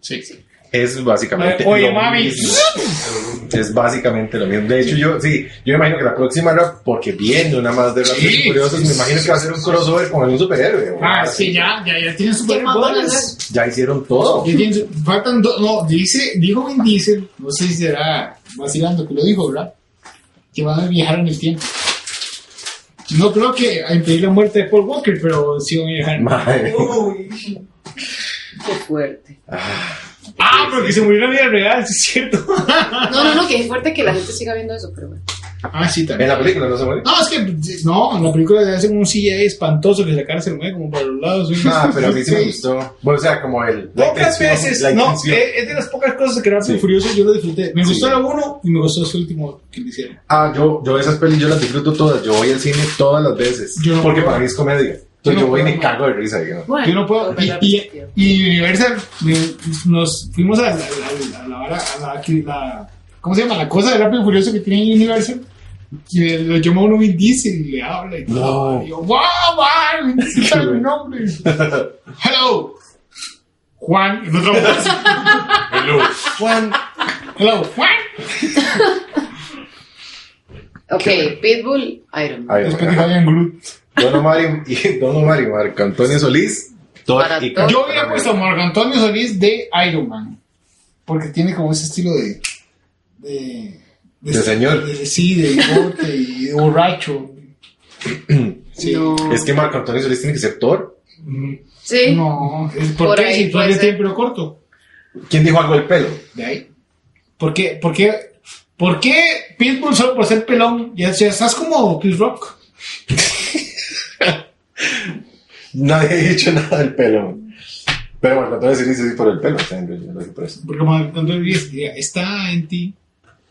[SPEAKER 1] Sí.
[SPEAKER 2] Es básicamente.
[SPEAKER 1] Eh, oye,
[SPEAKER 2] lo
[SPEAKER 1] mami.
[SPEAKER 2] mismo. Es básicamente lo mismo. De hecho, yo sí, yo me imagino que la próxima era porque viene una más de las
[SPEAKER 1] Sí,
[SPEAKER 2] curiosos.
[SPEAKER 1] sí,
[SPEAKER 2] Me imagino que va a ser un crossover con algún superhéroe. o
[SPEAKER 1] Ah,
[SPEAKER 2] algo
[SPEAKER 1] sí,
[SPEAKER 2] así.
[SPEAKER 1] ya, ya, ya tienen
[SPEAKER 3] ¿Qué más van a
[SPEAKER 1] superpoderes.
[SPEAKER 3] hacer?
[SPEAKER 2] Ya hicieron todo.
[SPEAKER 1] Ya tienen su- Faltan dos, no, dice, dijo Vin Diesel, no sé si será vacilando que lo dijo, ¿verdad? Que van a viajar en el tiempo. No creo que a impedir la muerte de Paul Walker, pero sí van a viajar.
[SPEAKER 2] Madre.
[SPEAKER 4] Uy.
[SPEAKER 3] Qué fuerte.
[SPEAKER 1] Ah, porque se murió en la vida real, sí es cierto.
[SPEAKER 3] No, no, no, que es fuerte que la gente siga viendo eso, pero bueno.
[SPEAKER 1] ah, sí,
[SPEAKER 2] En
[SPEAKER 1] también.
[SPEAKER 2] la película no se muere.
[SPEAKER 1] No, es que, no, en la película le hacen un CGI espantoso que la cara se mueve como para los lados. ¿sí?
[SPEAKER 2] Ah, pero a mí sí me
[SPEAKER 1] Sí.
[SPEAKER 2] gustó. Bueno, o sea, como el. la
[SPEAKER 1] Pocas
[SPEAKER 2] intención,
[SPEAKER 1] veces,
[SPEAKER 2] la
[SPEAKER 1] no,
[SPEAKER 2] intención.
[SPEAKER 1] eh, es de las pocas cosas que Rápido
[SPEAKER 2] Sí.
[SPEAKER 1] y Furioso yo lo disfruté. Me
[SPEAKER 2] Sí.
[SPEAKER 1] gustó la 1 y me gustó este último que le hicieron.
[SPEAKER 2] Ah, yo, yo esas pelis yo las disfruto todas. Yo voy al cine todas las veces.
[SPEAKER 1] Yo no
[SPEAKER 2] porque
[SPEAKER 1] puedo.
[SPEAKER 2] para mí es comedia.
[SPEAKER 1] Yo no
[SPEAKER 2] Entonces yo voy y me
[SPEAKER 1] puedo.
[SPEAKER 2] cago de risa. digamos.
[SPEAKER 3] Bueno,
[SPEAKER 1] Yo no puedo.
[SPEAKER 3] pues,
[SPEAKER 1] Y,
[SPEAKER 3] la
[SPEAKER 1] y-
[SPEAKER 3] verdad,
[SPEAKER 1] y Universal, me- nos fuimos a la, la, la, la, vara- a la- que- la- ¿Cómo se llama? La cosa de Rápido y Furioso que tiene Universal. Y lo llama uno Vin Diesel y le habla. Y todo.
[SPEAKER 2] No.
[SPEAKER 1] Y yo, wow, wow, Vin Diesel sabe mi nombre. Hello. Juan. Y el otro,
[SPEAKER 2] Hello. Juan.
[SPEAKER 1] Hello, Juan.
[SPEAKER 3] Ok, Pitbull, Iron Man.
[SPEAKER 2] Ay,
[SPEAKER 1] Después que
[SPEAKER 2] ajá.
[SPEAKER 1] vayan Groot.
[SPEAKER 2] Don Omar y, y Don Omar y Marco Antonio Solís. Thor
[SPEAKER 3] Para
[SPEAKER 2] y
[SPEAKER 3] todos.
[SPEAKER 1] Yo
[SPEAKER 2] Capitán
[SPEAKER 1] hubiera
[SPEAKER 2] América.
[SPEAKER 1] puesto a Marco Antonio Solís de Iron Man. Porque tiene como ese estilo de. de.
[SPEAKER 2] De señor.
[SPEAKER 1] de- sí, de bigote y de borracho. Sí.
[SPEAKER 3] No.
[SPEAKER 2] Es que Marco Antonio Solís tiene que ser Thor.
[SPEAKER 1] Mm,
[SPEAKER 3] Sí.
[SPEAKER 1] No, es ¿por,
[SPEAKER 3] Por
[SPEAKER 1] qué?
[SPEAKER 3] ahí
[SPEAKER 1] Si
[SPEAKER 3] puede
[SPEAKER 1] todavía
[SPEAKER 3] ser.
[SPEAKER 1] tiene pelo corto.
[SPEAKER 2] ¿Quién dijo algo del pelo?
[SPEAKER 1] De ahí. ¿Por qué? ¿Por qué? ¿Por qué Pitbull solo por ser pelón? Ya, ya estás como Chris Rock.
[SPEAKER 2] Nadie ha dicho nada del pelo. Pero Marco Antonio Solís es por el pelo. o sea, yo- yo lo dije por eso.
[SPEAKER 1] Porque Marco Antonio Solís diría, está en ti,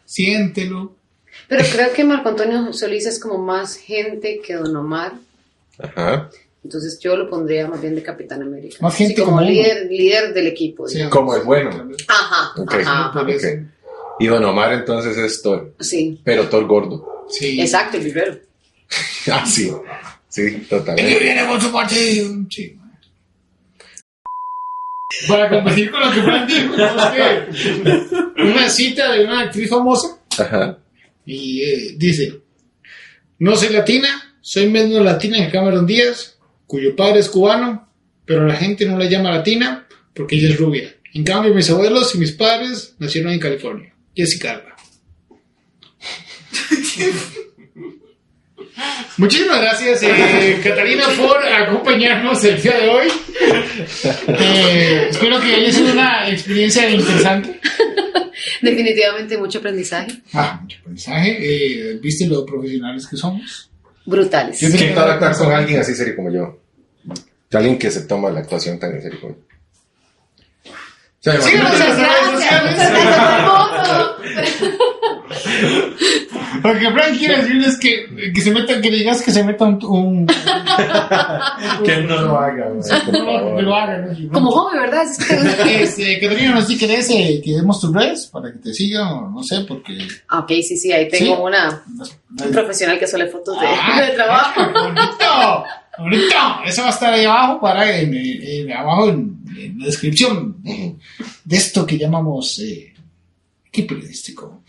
[SPEAKER 1] siéntelo.
[SPEAKER 3] Pero creo que Marco Antonio Solís es como más gente que Don Omar.
[SPEAKER 2] Ajá.
[SPEAKER 3] Entonces yo lo pondría más bien de Capitán América.
[SPEAKER 1] Más gente
[SPEAKER 3] Sí, como,
[SPEAKER 1] como uno.
[SPEAKER 3] líder, líder del equipo.
[SPEAKER 1] Sí,
[SPEAKER 3] digamos.
[SPEAKER 2] Como el bueno.
[SPEAKER 3] Ajá,
[SPEAKER 2] Ok.
[SPEAKER 3] ajá.
[SPEAKER 1] Por eso.
[SPEAKER 2] ok. Y Don Omar entonces es Thor.
[SPEAKER 3] Sí,
[SPEAKER 2] Pero Thor gordo.
[SPEAKER 1] Sí.
[SPEAKER 3] exacto, el primero.
[SPEAKER 2] Ah, sí. Sí,
[SPEAKER 1] El que
[SPEAKER 2] totalmente.
[SPEAKER 1] viene con su partido. Sí. Para competir con lo que Fran dijo, es que una cita de una actriz famosa
[SPEAKER 2] Ajá.
[SPEAKER 1] y eh, dice: No soy latina, soy menos latina que Cameron Díaz, cuyo padre es cubano, pero la gente no la llama latina porque ella es rubia. En cambio, mis abuelos y mis padres nacieron en California. Jessica Alba. Muchísimas gracias, eh, Catalina, por acompañarnos el día de hoy. Eh, espero que haya sido una experiencia interesante.
[SPEAKER 3] Definitivamente mucho aprendizaje.
[SPEAKER 1] Ah, mucho aprendizaje. Eh, ¿Viste lo profesionales que somos?
[SPEAKER 3] Brutales.
[SPEAKER 2] Yo tengo que actuar con alguien así serio como yo. Alguien que se toma la actuación tan en serio como yo. O sea,
[SPEAKER 1] Síguenos
[SPEAKER 2] imagínate-
[SPEAKER 1] en redes sociales. Porque Frank quiere decirles que, que se metan, que le digas que se metan un.
[SPEAKER 2] que no lo haga. güey, por
[SPEAKER 1] No,
[SPEAKER 2] favor.
[SPEAKER 1] que lo hagan. ¿no?
[SPEAKER 3] Como hobby, ¿verdad? Es que te gusta.
[SPEAKER 1] Este, Catalina, no sé si querés eh, que demos tus redes para que te sigan, o no sé, porque.
[SPEAKER 3] Ah, Ok, sí, sí, ahí tengo
[SPEAKER 1] ¿Sí?
[SPEAKER 3] una un profesional que suele fotos de, de trabajo.
[SPEAKER 1] Ah, ¡Bonito! ¡Bonito! Eso va a estar ahí abajo, para en, en- en- abajo en, en la descripción de, de esto que llamamos eh, ¿qué periodístico.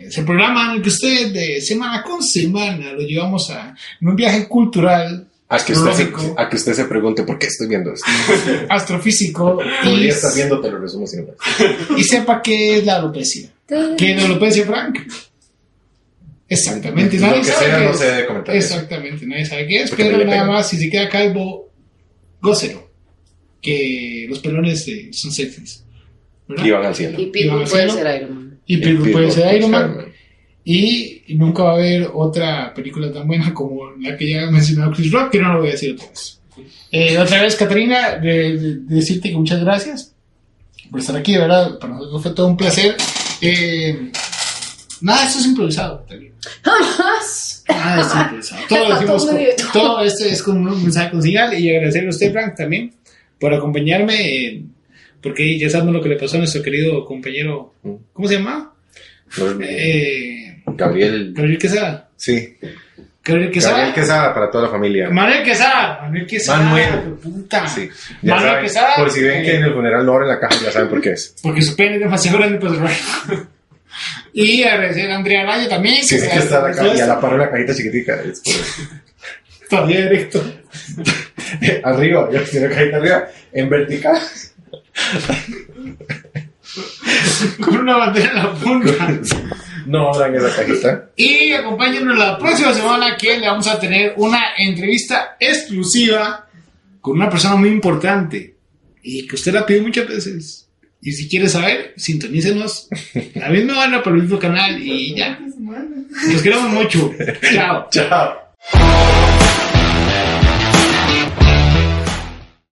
[SPEAKER 1] Es el programa en el que usted de semana con semana lo llevamos a en un viaje cultural,
[SPEAKER 2] A que, usted se,
[SPEAKER 1] Lógico.
[SPEAKER 2] a que usted se pregunte por qué estoy viendo esto.
[SPEAKER 1] astrofísico y,
[SPEAKER 2] Podría estar viendo, te lo resumo sin embargo.
[SPEAKER 1] y sepa qué es la alopecia. ¿Qué es la alopecia, Frank? Exactamente,
[SPEAKER 2] Lo
[SPEAKER 1] nadie
[SPEAKER 2] que
[SPEAKER 1] sabe
[SPEAKER 2] sea,
[SPEAKER 1] qué
[SPEAKER 2] no
[SPEAKER 1] es.
[SPEAKER 2] se debe comentar eso.
[SPEAKER 1] Exactamente, nadie sabe qué es,
[SPEAKER 2] Porque
[SPEAKER 1] pero
[SPEAKER 2] me le
[SPEAKER 1] nada
[SPEAKER 2] pegan.
[SPEAKER 1] más si se queda calvo, gócelo. Que los pelones eh, son sexys. ¿verdad?
[SPEAKER 2] Y van al cielo.
[SPEAKER 3] Y Pitbull puede ser Iron Man.
[SPEAKER 1] Y Pitbull puede ser Iron Man.
[SPEAKER 2] Iron Man.
[SPEAKER 1] Y nunca va a haber otra película tan buena como la que ya ha mencionado Chris Rock, que no lo voy a decir otra vez. Eh, otra vez, Catarina, de- de- decirte que muchas gracias por estar aquí, de verdad. Para nosotros fue todo un placer. Eh, nada, esto es improvisado, Catarina.
[SPEAKER 3] Jamás.
[SPEAKER 1] Ah, es improvisado. Todo, lo hicimos con- todo esto es con un mensaje con señal y agradecerle a usted, Frank, también por acompañarme, en- porque ya sabemos lo que le pasó a nuestro querido compañero, ¿cómo se llama? Eh,
[SPEAKER 2] Gabriel.
[SPEAKER 1] Gabriel Quesada.
[SPEAKER 2] Sí.
[SPEAKER 1] Gabriel Quesada.
[SPEAKER 2] Gabriel Quesada para toda la familia.
[SPEAKER 1] Manuel Quesada. Manuel Quesada.
[SPEAKER 2] Manuel.
[SPEAKER 1] Puta.
[SPEAKER 2] Sí. Ya
[SPEAKER 1] Manuel
[SPEAKER 2] saben,
[SPEAKER 1] Quesada.
[SPEAKER 2] Por si ven que en el funeral no abren la caja, ya saben por qué es.
[SPEAKER 1] Porque su pene es demasiado grande para su radio. Y agradecer a Andrea Rayo también.
[SPEAKER 2] Si es
[SPEAKER 1] se
[SPEAKER 2] que está la caja,
[SPEAKER 1] lanzó
[SPEAKER 2] ya la
[SPEAKER 1] esto.
[SPEAKER 2] paró en la cajita chiquitica. es por-
[SPEAKER 1] Todavía directo.
[SPEAKER 2] arriba, ya tiene la cajita arriba. En vertical.
[SPEAKER 1] Con una bandera en la punta.
[SPEAKER 2] No abran esa cajita.
[SPEAKER 1] Y acompáñenos la próxima semana que le vamos a tener una entrevista exclusiva con una persona muy importante y que usted la pide muchas veces. Y si quiere saber, sintonícenos la misma hora por el mismo canal y ya. Los queremos mucho. Chao.
[SPEAKER 2] Chao.